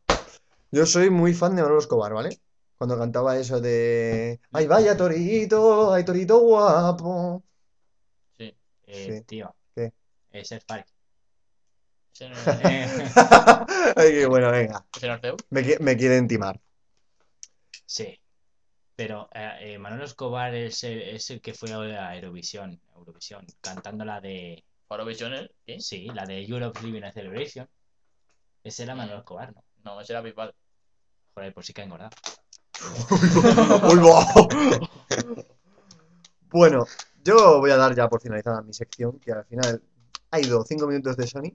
Yo soy muy fan de Manolo Escobar, ¿vale? Cuando cantaba eso de. ¡Ay, vaya torito! ¡Ay, torito guapo! Sí. Eh, Sí. Tío. ¿Qué? Es el pari. Ese no, Eh, Ay, qué bueno, venga. ese no es Zeus. Me, qui- me quieren timar. sí. Pero eh, eh, Manolo Escobar es el, es el que fue a Eurovisión. Eurovisión. Cantando la de. Faro Visiones. ¿Qué? Sí, la de Europe's Living a Celebration. Ese era Manolo Escobar, ¿no? Mm. No, ese era Bisbal. Joder, por si que ha engordado. Uy, guau. Bueno, yo voy a dar ya por finalizada mi sección, que al final ha ido 5 minutos de Sony,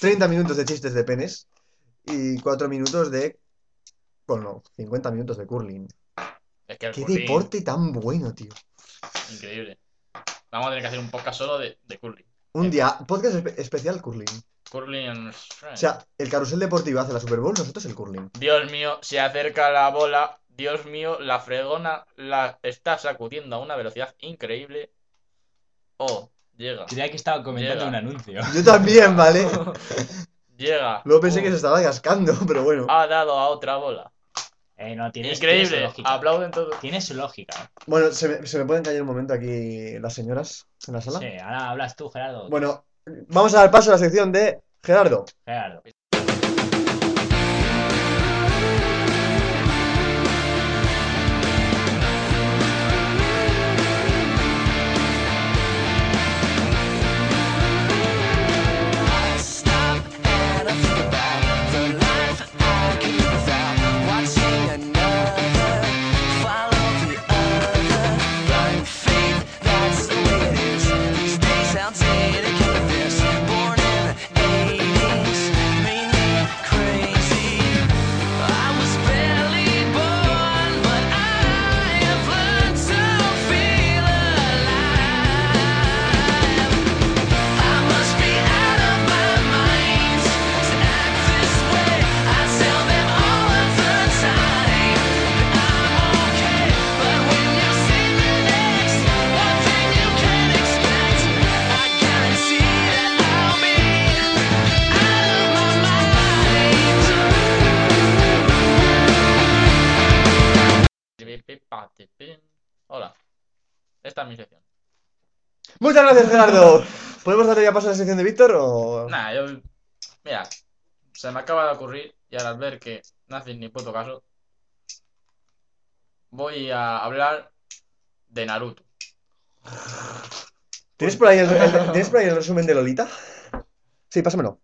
30 minutos de chistes de penes y 4 minutos de. Bueno, 50 minutos de curling. Es que el ¡Qué curling, deporte tan bueno, tío! Increíble. Vamos a tener que hacer un podcast solo de, de curling. Un día, podcast espe- especial curling. Curling. O sea, el carrusel deportivo hace la Super Bowl, nosotros el curling. Dios mío, se acerca la bola. Dios mío, la fregona la está sacudiendo a una velocidad increíble. Oh, llega. Creía que estaba comentando Llega. un anuncio. Yo también, ¿vale? Llega. Luego pensé Uh, Ah. que se estaba cascando, pero bueno. Ha dado a otra bola. Eh, no, tiene, tiene su Increíble. Ah. lógica. Aplauden todos. Tiene su lógica. ¿eh? Bueno, se me, se me pueden callar un momento aquí las señoras en la sala. Sí, ahora hablas tú, Gerardo. Bueno, vamos a dar paso a la sección de Gerardo. Gerardo. Hola. Esta es mi sección. Muchas gracias, Gerardo. ¿Podemos darle ya paso a la sección de Víctor o...? Nah, yo. Mira, se me acaba de ocurrir y al ver que no hacen ni puto caso, voy a hablar de Naruto. ¿Tienes por ahí el, el- ¿tienes por ahí el resumen de Lolita? Sí, pásamelo.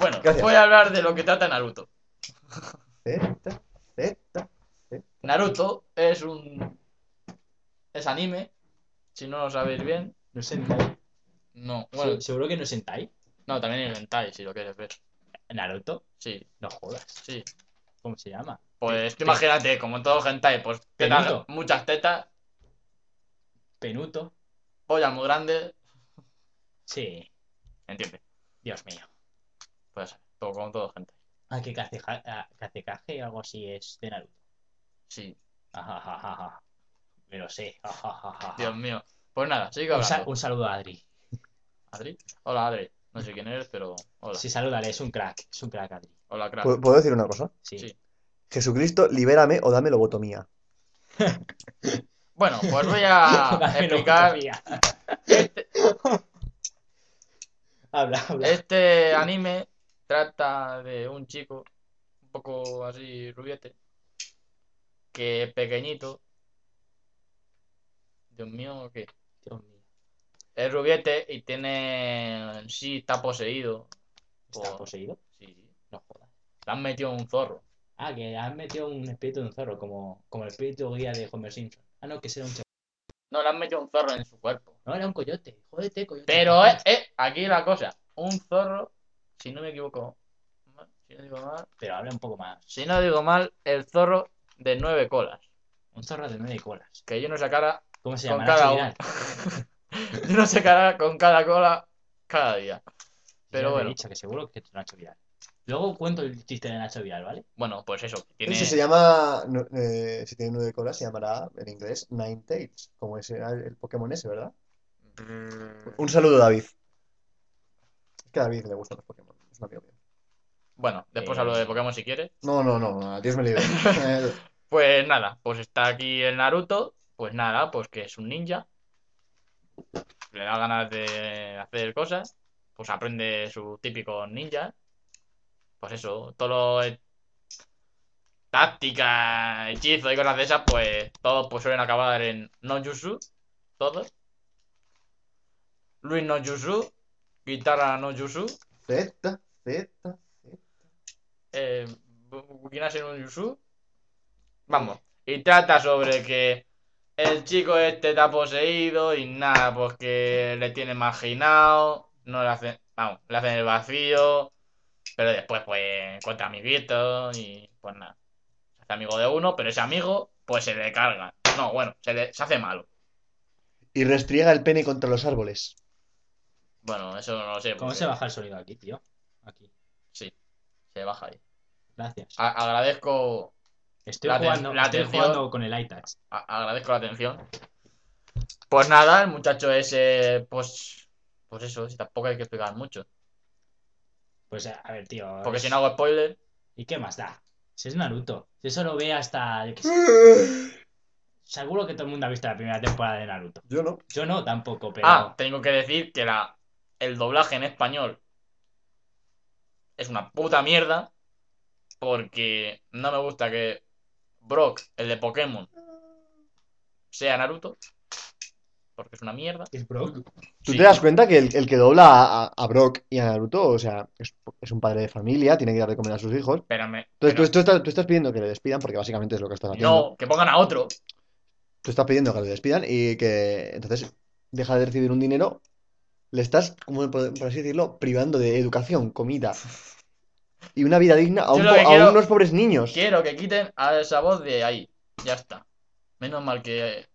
Bueno, Gracias. voy a hablar de lo que trata Naruto. Zeta, zeta. Naruto es un. Es anime. Si no lo sabéis bien, No es Sentai. no. Bueno, Se- Seguro que no es Sentai. no, también es hentai si lo quieres ver. Naruto. Sí, No jodas. sí. ¿Cómo se llama? Pues tú imagínate, como en todo hentai, pues tetas- Peludo. muchas tetas, Penuto. pollas muy grandes, Sí. ¿entiendes? Dios mío. Pues todo como en todo hentai. Ah, que Kazeha- ah, Kazecaje o algo así es de Naruto. Sí, Ajá, ajá, ajá, ajá. Me lo sé. Ajá, ajá, ajá, ajá. Dios mío. Pues nada, sigo Un, sa- hablando. un saludo a Adri. Adri. Hola, Adri. No sé quién eres, pero hola. Sí, salúdale, es un crack. Es un crack, Adri. Hola, crack. ¿Puedo, puedo decir una cosa? Sí. Sí. Jesucristo, libérame o dame lobotomía. Bueno, pues voy a Dame explicar lobotomía. este, Habla, habla. Este anime trata de un chico, un poco así rubiete, que pequeñito. Dios mío, ¿qué? Dios mío. Es rubiete y tiene. Sí, está poseído. ¿Está por- poseído? Sí, sí. No jodas. Le han metido un zorro. Ah, que han metido un espíritu de un zorro, como, como el espíritu guía de Homer Simpson. Ah, no, que será un chaval. No, le han metido un zorro en su cuerpo. No, era un coyote. Jódete, coyote. Pero, eh, eh, aquí la cosa. Un zorro, si no me equivoco. Si no digo mal. Pero habla un poco más. Si no digo mal, el zorro de nueve colas. Un zorro de nueve colas. Que yo no sacara ¿Cómo se Con llama? cada Nacho uno. Vidal. Yo no sé cara con cada cola cada día. Ya Pero te he bueno. dicho que seguro que es Nacho Vidal. Luego cuento el chiste de Nacho Vidal, ¿vale? Bueno, pues eso. Tiene... Si se llama... no, eh, si tiene nueve colas, se llamará en inglés Nine Tails, como ese, el Pokémon ese, ¿verdad? Mm. Un saludo, David. Es que a David le gustan los Pokémon. Es un amigo mío. Bueno, después Eh. hablo de Pokémon si quieres. No, no, no, no, Dios me libre. Eh, Pues nada, pues está aquí el Naruto. Pues nada, pues que es un ninja. Le da ganas de hacer cosas. Pues aprende su típico ninja. Pues eso, todo lo... Táctica, hechizo y cosas de esas, pues todos pues suelen acabar en no-jutsu. Todos. Luis no-jutsu. Guitarra no-jutsu. Zeta, zeta. eh, en un Yusu. Vamos. Y trata sobre que el chico este está poseído y nada, pues que le tiene marginado, no le hacen, vamos, le hacen el vacío, pero después pues contra amiguitos y pues nada. Se hace amigo de uno, pero ese amigo pues se le carga. No, bueno, se, le, se hace malo. Y restriega el pene contra los árboles. Bueno, eso no lo sé. ¿Cómo porque se baja el sonido aquí, tío? Aquí. se baja ahí. Gracias. A- agradezco Estoy, la aten- jugando, la estoy atención. jugando con el iTouch. A- agradezco la atención. Pues nada, el muchacho ese, pues, pues eso, si tampoco hay que explicar mucho. Pues a a ver, tío. Porque es- si no hago spoiler, ¿Y qué más da? Si es Naruto. Si eso lo ve hasta. yo qué sé. Seguro que todo el mundo ha visto la primera temporada de Naruto. Yo no. Yo no tampoco, pero. Ah, tengo que decir que la, el doblaje en español es una puta mierda porque no me gusta que Brock, el de Pokémon, sea Naruto porque es una mierda. Es Brock. ¿Tú Sí. te das cuenta que el, el que dobla a, a- a Brock y a Naruto, o sea, es, es un padre de familia, tiene que dar de comer a sus hijos? Pero me- Entonces pero tú, tú estás, tú estás pidiendo que le despidan, porque básicamente es lo que estás haciendo. no, que pongan a otro. Tú estás pidiendo que le despidan y que entonces deja de recibir un dinero. Le estás, como por, por así decirlo, privando de educación, comida y una vida digna a, Yo un lo po- que a quiero- unos pobres niños. Quiero que quiten a esa voz de ahí. Ya está. Menos mal que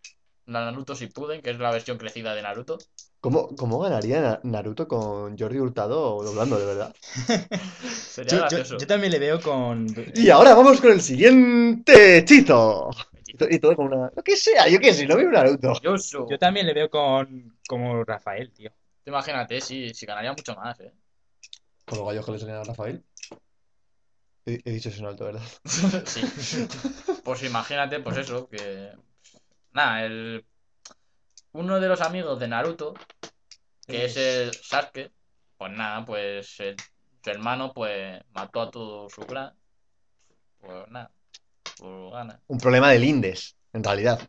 la Naruto si pude, que es la versión crecida de Naruto. ¿Cómo, cómo ganaría Na- Naruto con Jordi Hurtado doblando, de verdad? Sería Yo, yo- gracioso. yo también le veo con. Y ahora vamos con el siguiente hechizo. Y to- y todo con una... Lo que sea, yo qué sé, no veo Naruto. Maravilloso. Yo también le veo con. Como Rafael, tío. Imagínate, si si ganaría mucho más, ¿eh? Con los gallos que le salían a Rafael. He, he dicho eso en alto, ¿verdad? Sí. Pues imagínate, pues eso, que. Nada, el. Uno de los amigos de Naruto, que es el Sasuke, pues nada, pues el- su hermano, pues mató a todo su clan. Pues nada, pues gana. Un problema de lindes, en realidad.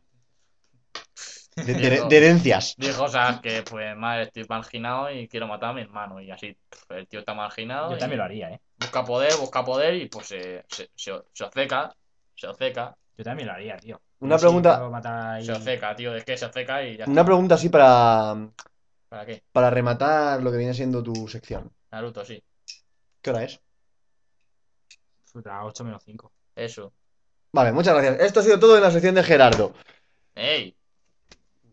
De, de- Diego. de herencias. Dijo Sasuke, pues madre, estoy marginado y quiero matar a mi hermano. Y así, pff, el tío está marginado. Yo y también lo haría, ¿eh? Busca poder, busca poder y pues se, se, se, se obceca, se obceca, Yo también lo haría, tío. Una Sí, pregunta- puedo matar ahí- se obceca, tío, es que se obceca y ya Una está. pregunta así para, ¿Para qué? para rematar lo que viene siendo tu sección. Naruto, sí. ¿Qué hora es? Puta, 8 menos 5. Eso. Vale, muchas gracias. Esto ha sido todo en la sección de Gerardo. ¡Ey!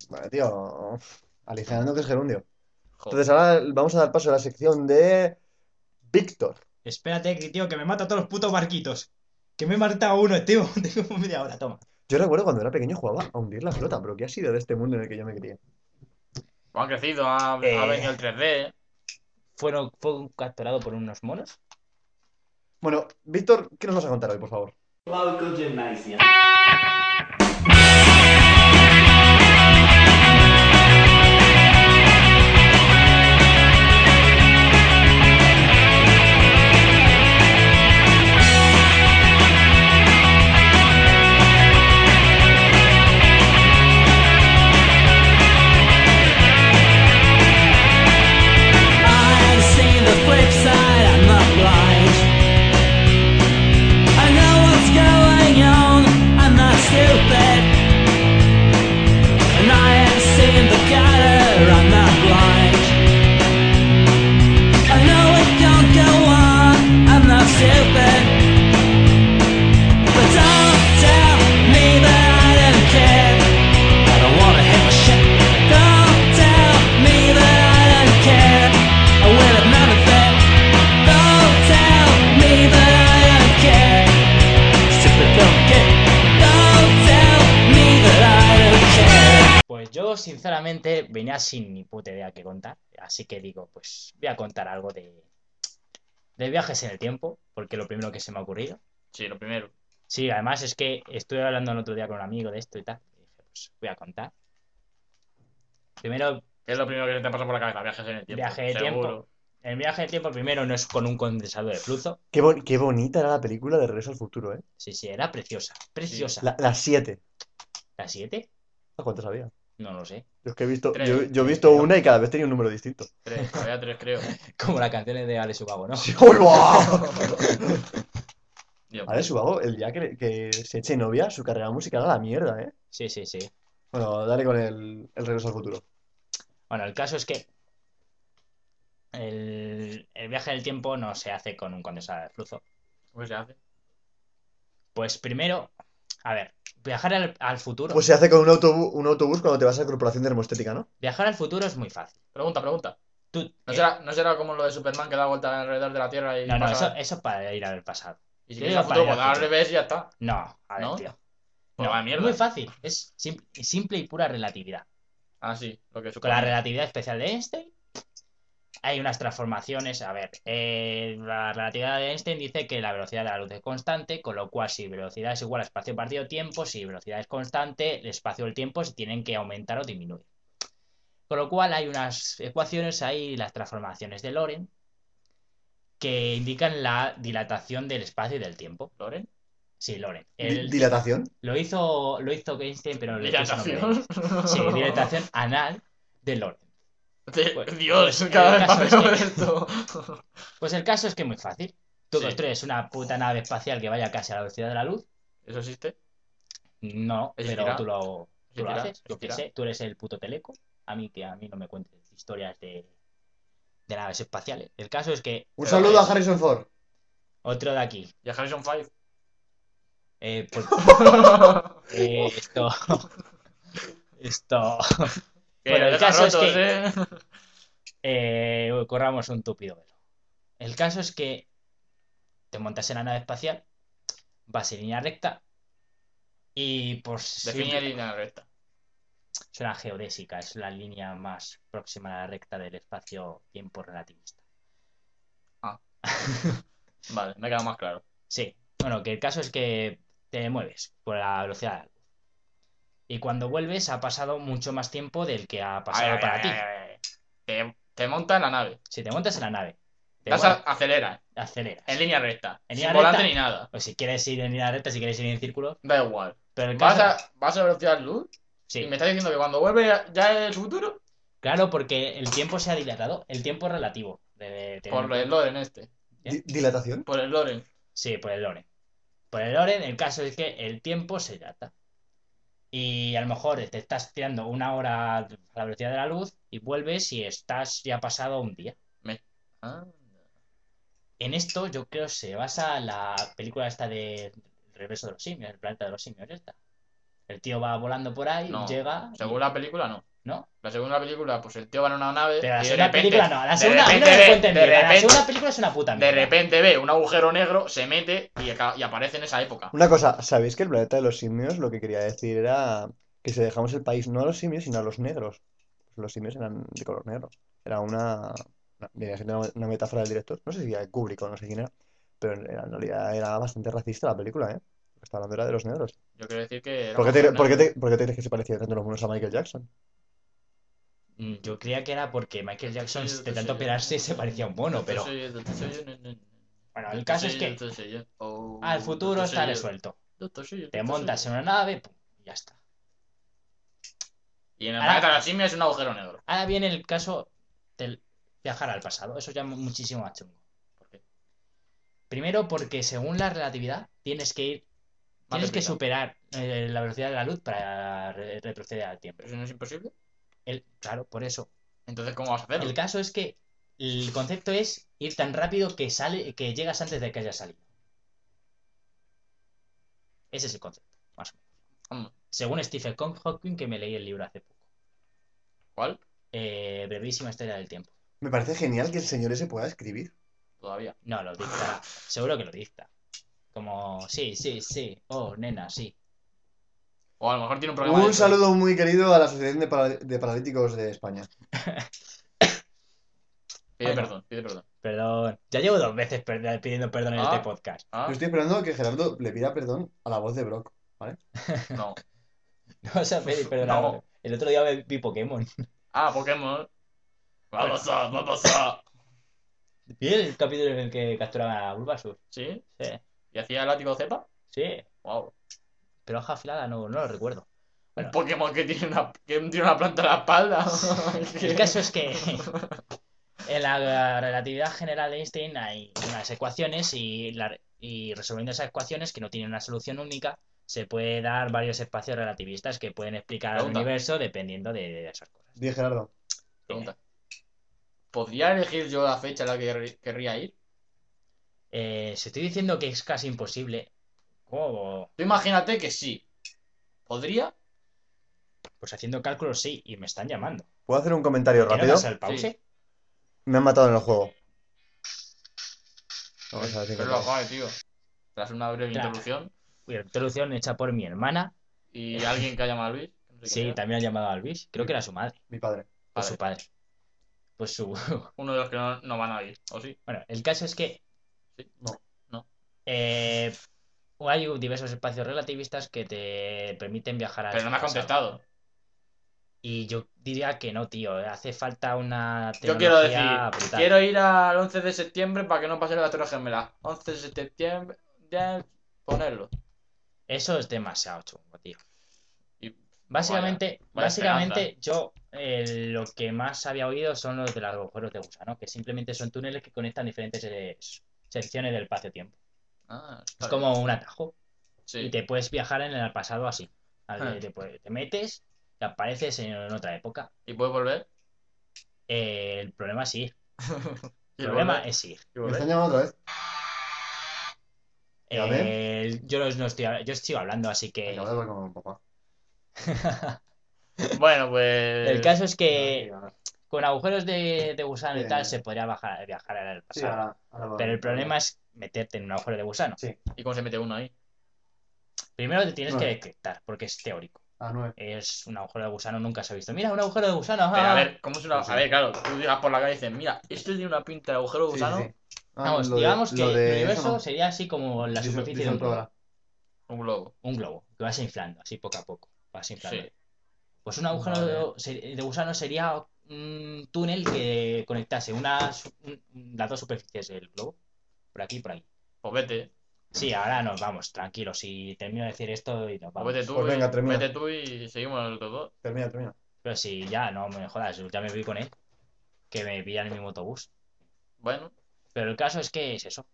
Vale, tío. Aligerando que es gerundio. Joder. Entonces ahora vamos a dar paso a la sección de Víctor. Espérate, que, tío, que me mata a todos los putos barquitos. Que me he matado uno, tío. Tengo media hora, toma. Yo recuerdo cuando era pequeño jugaba a hundir la flota, pero ¿qué ha sido de este mundo en el que yo me crié? Han crecido, ha, ha Eh. venido el 3D. Fueron, fue capturado por unos monos. Bueno, Víctor, ¿qué nos vas a contar hoy, por favor? I've seen the flip side, I'm not blind. I know what's going on, I'm not stupid. And I have seen the gutter, I'm not blind. I know it can't go on, I'm not stupid. But don't tell me that I don't care. I don't wanna hit my shit. Don't tell me that I don't care. I will admit it. Don't tell me that I don't care. Stupid little kid. Don't tell me that I don't care. Pues yo, sinceramente, venía sin ni puta idea que contar. Así que digo, pues voy a contar algo de, de viajes en el tiempo, porque es lo primero que se me ha ocurrido. Sí, lo primero. Sí, además es que estuve hablando el otro día con un amigo de esto y tal. Y dije, pues voy a contar. Primero, ¿Qué es lo primero que se te pasa por la cabeza? Viajes en el tiempo. Viaje de seguro. tiempo. el viaje de tiempo primero no es con un condensador de flujo. Qué, bon- qué bonita era la película de Regreso al Futuro, ¿eh? Sí, sí, era preciosa. Preciosa. La- las 7. ¿La 7? ¿A cuánto sabía? No lo sé. Yo es que he visto, Tres. yo, yo he visto Creo. una y cada vez tenía un número distinto. Tres, había tres, creo. Como la canción de Ale Subago, ¿no? ¡Uy, guau! Dios. Vale, Subago, el día que, que se eche novia, su carrera musical a la mierda, ¿eh? Sí, sí, sí. Bueno, dale con el, el Regreso al Futuro. Bueno, el caso es que el, el viaje del tiempo no se hace con un condensador de flujo. ¿Cómo se hace? Pues primero, a ver, viajar al, al futuro. Pues se hace con un autobús, un autobús cuando te vas a la Corporación de Hermostética, ¿no? Viajar al futuro es muy fácil. Pregunta, pregunta. Tú, ¿No eh, será, ¿No será como lo de Superman que da vuelta alrededor de la Tierra y no, no, pasa- eso, eso es para ir al pasado. Y si yo quieres digo al futuro, para ir al pues da al futuro. revés y ya está. No, a ver, ¿No? tío. Pues vaya mierda. es muy fácil. Es sim- simple y pura relatividad. Ah, sí, lo que Con la supone. relatividad especial de Einstein, Hay unas transformaciones. A ver, eh, la relatividad de Einstein dice que la velocidad de la luz es constante, con lo cual si velocidad es igual a espacio partido tiempo, si velocidad es constante, el espacio y el tiempo se tienen que aumentar o disminuir. Con lo cual hay unas ecuaciones ahí, las transformaciones de Lorentz, que indican la dilatación del espacio y del tiempo. ¿Lorentz? Sí, Lorentz. El- ¿Dilatación? lo hizo, lo hizo Einstein, pero le puso nombre. ¿Dilatación? Sí, dilatación anal de Lorentz. Bueno, Dios, pues, cada el vez caso más es peor que- esto. Pues el caso es que es muy fácil. Tú Sí. construyes una puta nave espacial que vaya casi a la velocidad de la luz. ¿Eso existe? No, Es pero espiral. tú lo, Es tú lo espiral, haces. es Yo qué espiral. sé, tú eres el puto teleco. A mí que a mí no me cuentes historias de, de naves espaciales. El caso es que Un Pero saludo es- a Harrison Ford. otro de aquí. ¿Y a Harrison 5? Eh, pues, eh, esto. Esto. Bueno, el caso es que- eh, corramos un tupido velo. El caso es que te montas en la nave espacial, vas en línea recta y por Define simple- línea recta. es una geodésica, es la línea más próxima a la recta del espacio-tiempo relativista. Ah. Vale, me ha quedado más claro. Sí, bueno, que el caso es que te mueves por la velocidad de la luz. Y cuando vuelves ha pasado mucho más tiempo del que ha pasado Ay, ay, para ay, ti. ay, ay. Te, te monta en la nave. Si te montas en la nave, te Vas a, mueves, acelera. aceleras. En línea recta. En sin línea volante recta. ni nada. O si quieres ir en línea recta, si quieres ir en círculo. Da igual. Pero el Vas caso- a, vas a velocidad luz Sí, y me estás diciendo que cuando vuelve ya- ya es el futuro. claro, porque el tiempo se ha dilatado. El tiempo es relativo. de- de- de- Por el Loren este. Di- ¿Dilatación? Por el Loren. Sí, por el Loren. Por el Loren, el caso es que el tiempo se dilata. Y a lo mejor te estás tirando una hora a la velocidad de la luz y vuelves y estás ya pasado un día. Ah, En esto yo creo se basa la película esta de El regreso de los simios, el planeta de los simios esta. El tío va volando por ahí, No. llega, y- según la película, no. ¿no? La segunda película, pues el tío va en una nave Pero la y de segunda repente, película no, la de segunda, repente no me ve- cuenten de mierda, la repente- segunda película es una puta de mierda. repente ve un agujero negro, se mete y aca- y aparece en esa época. Una cosa, ¿sabéis que el planeta de los simios lo que quería decir era que si dejamos el país no a los simios, sino a los negros? Pues los simios eran de color negro. Era una. una- venía siendo una, una metáfora del director. No sé si era de Kubrick o no sé quién era. Pero en, en realidad era bastante racista la película, ¿eh? Lo que estaba hablando era de los negros. Yo quiero decir que. era ¿Por qué, un te, agujero por qué negro. te- por qué te crees que se parecía tanto los monos a Michael Jackson? Mm, Yo creía que era porque Michael Jackson, Sí, de sí, tanto sí. operarse, se parecía a un mono, pero... Entonces, entonces, entonces, Bueno, el caso es que entonces, entonces, oh, al futuro está entonces, resuelto. entonces, Te entonces. montas en una nave, pum, y ya está. Y en el Ahora- planeta de las simias es un agujero negro. Ahora viene el caso del viajar al pasado. Eso ya es muchísimo más chungo. ¿Por qué? Primero, porque según la relatividad, tienes que ir, Más tienes que deprisa. superar eh, la velocidad de la luz para re- retroceder al tiempo. Pero eso no es imposible. El- claro, por eso. Entonces, ¿cómo vas a hacerlo? El caso es que el concepto es ir tan rápido que sale, que llegas antes de que haya salido. Ese es el concepto, más o menos. Vamos. Según Stephen Con- Hawking, que me leí el libro hace poco. ¿Cuál? Eh, brevísima historia del tiempo. Me parece genial que el señor ese pueda escribir. Todavía. No, lo dictará. Seguro que lo dicta. Como, sí, sí, sí. Oh, nena, sí. O a lo mejor tiene un problema. Un de- saludo muy querido a la Asociación de, Para- de Paralíticos de España. Pide Ay, no. perdón, pide perdón. Perdón. Ya llevo dos veces per- pidiendo perdón en Ah. este podcast. Ah, Yo estoy esperando que Gerardo le pida perdón a la voz de Brock. no. No vas a pedir perdón. No. ahora. El otro día vi- vi Pokémon. Ah, Pokémon. Vamos a, vamos a. ¿Vi el capítulo en el que capturaban a Bulbasaur? ¿Sí? Sí, ¿Y hacía el látigo cepa? sí. Wow. Pero hoja afilada no, no lo recuerdo. Bueno. Un Pokémon que tiene una, que tiene una planta en la espalda. El caso es que en la relatividad general de Einstein hay unas ecuaciones y, la- y resolviendo esas ecuaciones que no tienen una solución única, se puede dar varios espacios relativistas que pueden explicar el Pregunta. universo dependiendo de, de esas cosas. Di Gerardo. Pregunta. ¿Podría elegir yo la fecha a la que querr- querría ir? Eh, si estoy diciendo que es casi imposible, oh, ¿cómo? Tú imagínate que sí. ¿Podría? Pues haciendo cálculos sí, y me están llamando. ¿Puedo hacer un comentario ¿Quiero rápido? pasar el pause? Sí. Me han matado en el juego. Vamos a ver si Pero lo encontramos. acabé, tío. Tras una breve Claro. interrupción Uy, Interrupción hecha por mi hermana. y alguien que ha llamado a Luis. no sé quién Sí, era. también ha llamado a Luis. Creo que era su madre Mi padre. o Padre. su padre. pues su... Uno de los que no, no van a ir, ¿o sí? Bueno, el caso es que Sí, no. eh, hay diversos espacios relativistas que te permiten viajar al Pero no me has pasado. contestado. Y yo diría que no, tío. Hace falta una Yo quiero decir, tecnología brutal. quiero ir al 11 de septiembre para que no pase la Torre Gemela. 11 de septiembre, ya ponerlo. Eso es demasiado chungo, tío. Y- Básicamente, vaya básicamente yo eh, lo que más había oído son los de los agujeros de gusano, que simplemente son túneles que conectan diferentes eh, secciones del espacio-tiempo. Ah, está Es bien. como un atajo. Sí. Y te puedes viajar en el pasado así. Al- eh, Ah. Te, puedes- te metes, te apareces en, en otra época. ¿Y puedes volver? Eh, el problema es ir. ¿Y El problema volver? es ir. ¿Y Me volver? están llamando otra vez. ¿Y a ver? Eh, yo no, no estoy, yo sigo hablando, así que. Acabo de hablar con papá. Bueno, pues... El caso es Sí, que ahora- con agujeros de, de gusano y Sí. tal se podría bajar- viajar al sí, pasado. ahora- ahora va- Pero el problema es meterte en un agujero de gusano. Sí. ¿Y cómo se mete uno ahí? Primero te tienes que Bueno. detectar, porque es teórico. Ah, no es. Es un agujero de gusano, nunca se ha visto. Mira, un agujero de gusano. Pero ah". a ver, ¿cómo es una... Sí, sí. A ver, claro, tú digas por la calle y dices, mira, esto tiene una pinta de agujero de Sí, sí, gusano, sí. Ah, Vamos, lo de- digamos lo que el de- universo eso no. sería así como la Dice- superficie dice de un otra globo, hora. un globo. un globo, que vas inflando, así poco a poco, vas inflando. Sí. Pues un agujero Vale. de- se- de gusano sería un túnel que conectase una, su- un- las dos superficies del globo, por aquí y por aquí. Pues vete, Sí, ahora nos vamos, tranquilos. Si termino de decir esto y nos pues vamos. vete tú, Pues y- venga, termina. vete tú y seguimos los dos. Termina, termina. Pero si ya no me jodas, ya me voy con él. Que me pillan en el mismo autobús. Bueno, Pero el caso es que es eso.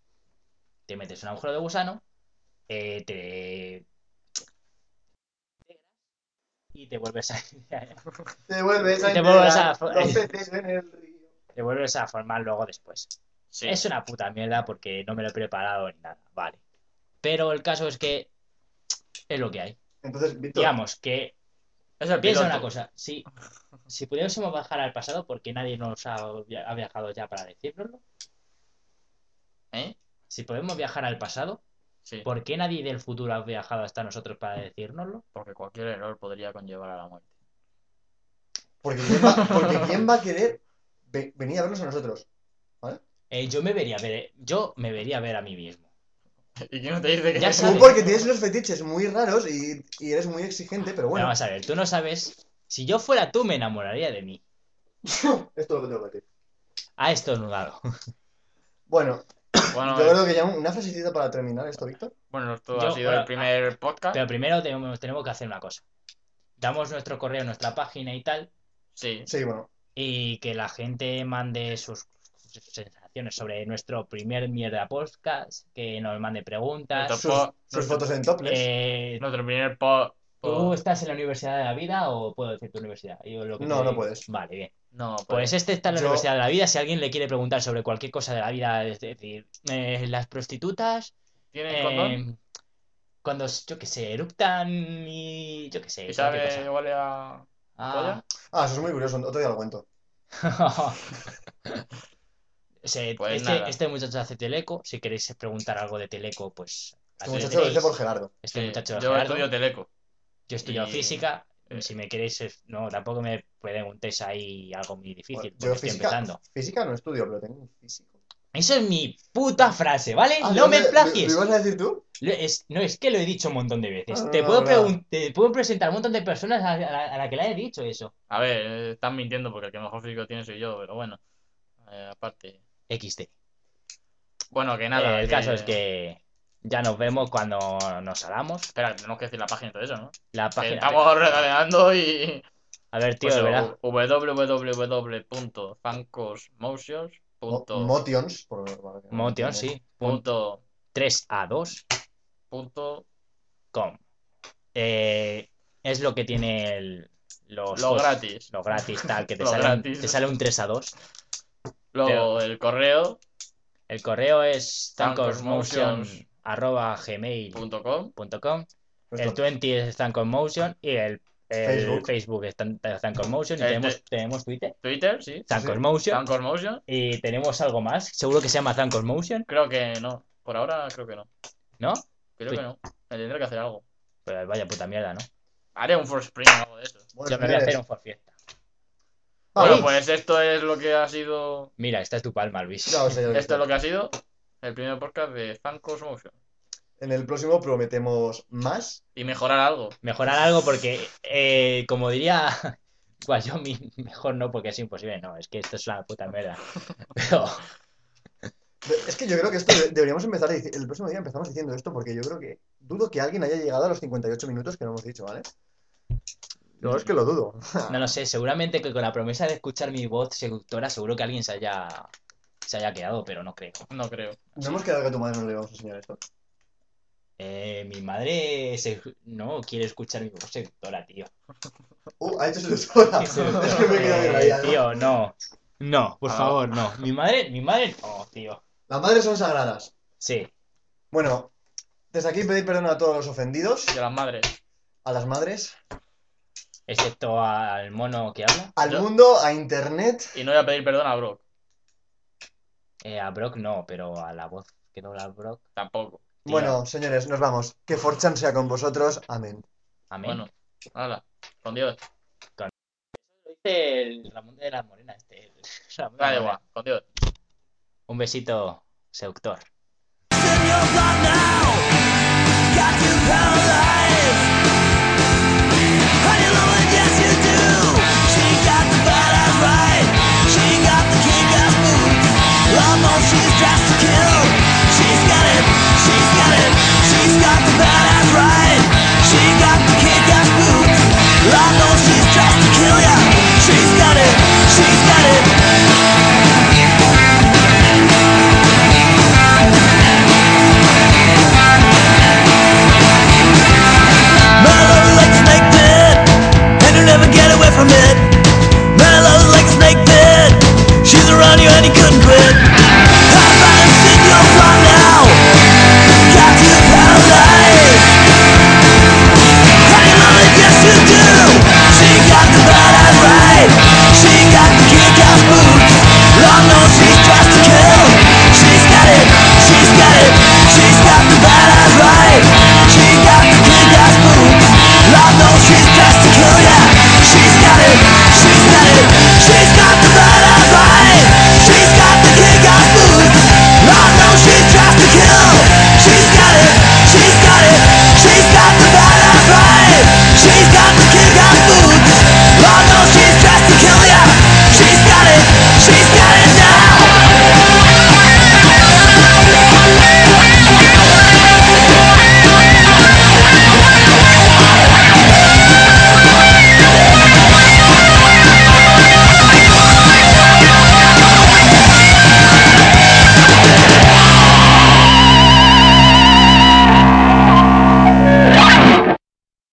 Te metes en un agujero de gusano, eh, te. Y te vuelves a. Te vuelves Te vuelves a- Los peces en el río. te vuelves a formar luego después. sí. Es una puta mierda porque no me lo he preparado ni nada, vale. Pero el caso es que es lo que hay. Entonces, Víctor, Digamos que Es el piensa piloto. una cosa, si, si pudiésemos bajar al pasado, porque nadie nos ha, ha viajado ya para decírnoslo, ¿Eh? si podemos viajar al pasado, Sí, ¿por qué nadie del futuro ha viajado hasta nosotros para decírnoslo? porque cualquier error podría conllevar a la muerte. porque ¿quién va, porque ¿quién va a querer ve- venir a vernos a nosotros? Eh, yo me vería ver, yo me vería ver a mí mismo. ¿Y quién no te dice que Ya Tú sabes. porque tienes unos fetiches muy raros y, y eres muy exigente, pero Pero bueno, vamos a ver, tú no sabes, si yo fuera tú me enamoraría de mí. esto es lo que tengo que decir. Ha estornudado. Bueno, Bueno, eh, eh. yo creo que ya un- una frasecita para terminar esto, Víctor. bueno, esto Yo- ha sido bueno, ah, el primer podcast. Pero primero tenemos, tenemos que hacer una cosa. Damos nuestro correo, nuestra página y tal, Sí, Sí, bueno, y que la gente mande sus sus sensaciones sobre nuestro primer mierda podcast, que nos mande preguntas. Nuestro- sus, po- sus fotos en topless. Eh, nuestro primer pod. ¿Tú pod- estás en la Universidad de la Vida o puedo decir tu universidad? Yo lo que No, tú no digas. puedes. Vale, bien. No, Pues este está en la Yo- Universidad de la Vida. Si alguien le quiere preguntar sobre cualquier cosa de la vida, es decir, eh, las prostitutas, ¿Tiene eh, condón? cuando, yo qué sé, eructan y yo qué sé, ¿Y cualquier sabe, cosa. huele a Ah. Ah, eso es muy curioso, otro día lo cuento. Este Se- Pues este, nada. este muchacho hace Teleco. Si queréis preguntar algo de Teleco, pues Este así muchacho lo tenéis. dice por Gerardo. Este Sí, muchacho de Yo Gerardo. estudio teleco. Yo estudio y- física. eh. Si me queréis, eh, no, tampoco me preguntéis ahí algo muy difícil. Bueno, porque estoy física, empezando. física no estudio, pero tengo un físico. Eso es mi puta frase, ¿vale? Ah, Eh, no me ¿lo- lo- plagies. ¿Lo ibas a decir tú? Lo- es- no, es que lo he dicho un montón de veces. Ah, te, no, puedo no. pregun- te puedo presentar a un montón de personas a, a la- a la que le he dicho eso. A ver, eh, están mintiendo porque el que mejor físico tiene soy yo, pero bueno. Eh, aparte. XD. Bueno, que nada. Eh, el caso es que ya nos vemos cuando nos salamos. Espera, tenemos que decir la página y todo eso, ¿no? La Que página. estamos regateando y. A ver, tío, Pues, de verdad. Mo- www.fancosmotions.com Motions. Por, vale, no Motion, entiendo. ¿eh? sí. Punto punto, 3a2.com. punto, Eh, es lo que tiene el, los. Lo posts. gratis. Lo gratis, tal, que te, Lo sale, gratis. Un, te sale un 3a2. Luego el correo El correo es Tancosmotions. tancosmotion.gmail.com. punto com, El Nuestro- 20 es Tancosmotion y el, el Facebook. Facebook es Tan- Tancosmotion. Y El tenemos, te- tenemos Twitter, Twitter, sí. Tancosmotion. Fancosmotions. Y tenemos algo más. Seguro que se llama Tancosmotion, Creo que no. Por ahora creo que no. ¿no? Creo Sí. que no. Me tendré que hacer algo. Pero vaya puta mierda, ¿no? Haré un for spring o algo de eso. Bueno, Yo me voy a señores, hacer un for fiesta. Ah, Bueno, Ey. pues esto es lo que ha sido. Mira, esta es tu palma, Luis. Ya lo sé, ya lo sé. Esto es lo que ha sido el primer podcast de Zancos Motion. En el próximo prometemos más. Y mejorar algo. Mejorar algo porque, eh, como diría Wyoming, mejor no porque es imposible. No, es que esto es una puta mierda. Pero Es que yo creo que esto de- deberíamos empezar a decir- el próximo día empezamos diciendo esto porque yo creo que dudo que alguien haya llegado a los 58 minutos que no hemos dicho, ¿vale? No, es que lo dudo. no lo sé, seguramente que con la promesa de escuchar mi voz seductora, seguro que alguien se haya, se haya quedado, pero no creo. No creo. No hemos quedado que a tu madre no le vamos a enseñar esto. Eh, mi madre se- no quiere escuchar mi voz seductora, tío. Uh, ha hecho seductora. Es que me he quedado Eh, rayado. tío, no. No, por Ah. favor, no. Mi madre, mi madre, no, tío. Las madres son sagradas. Sí. Bueno, desde aquí pedir perdón a todos los ofendidos, De las madres. a las madres, Excepto al mono que habla. al Yo- mundo, a internet. Y no voy a pedir perdón a Brock. Eh, a Brock no, pero a la voz que dobla Brock. Tampoco. Tío. Bueno, señores, nos vamos. Que Forchan sea con vosotros. Amén. Amén. Bueno, hala. Con Dios. Dice el Ramón de la Morena, este. el Ramón de la Da Morena. igual. Con Dios. Un besito, seductor. She's got it, she's got it. Mellow like a snake pit, and you never get away from it.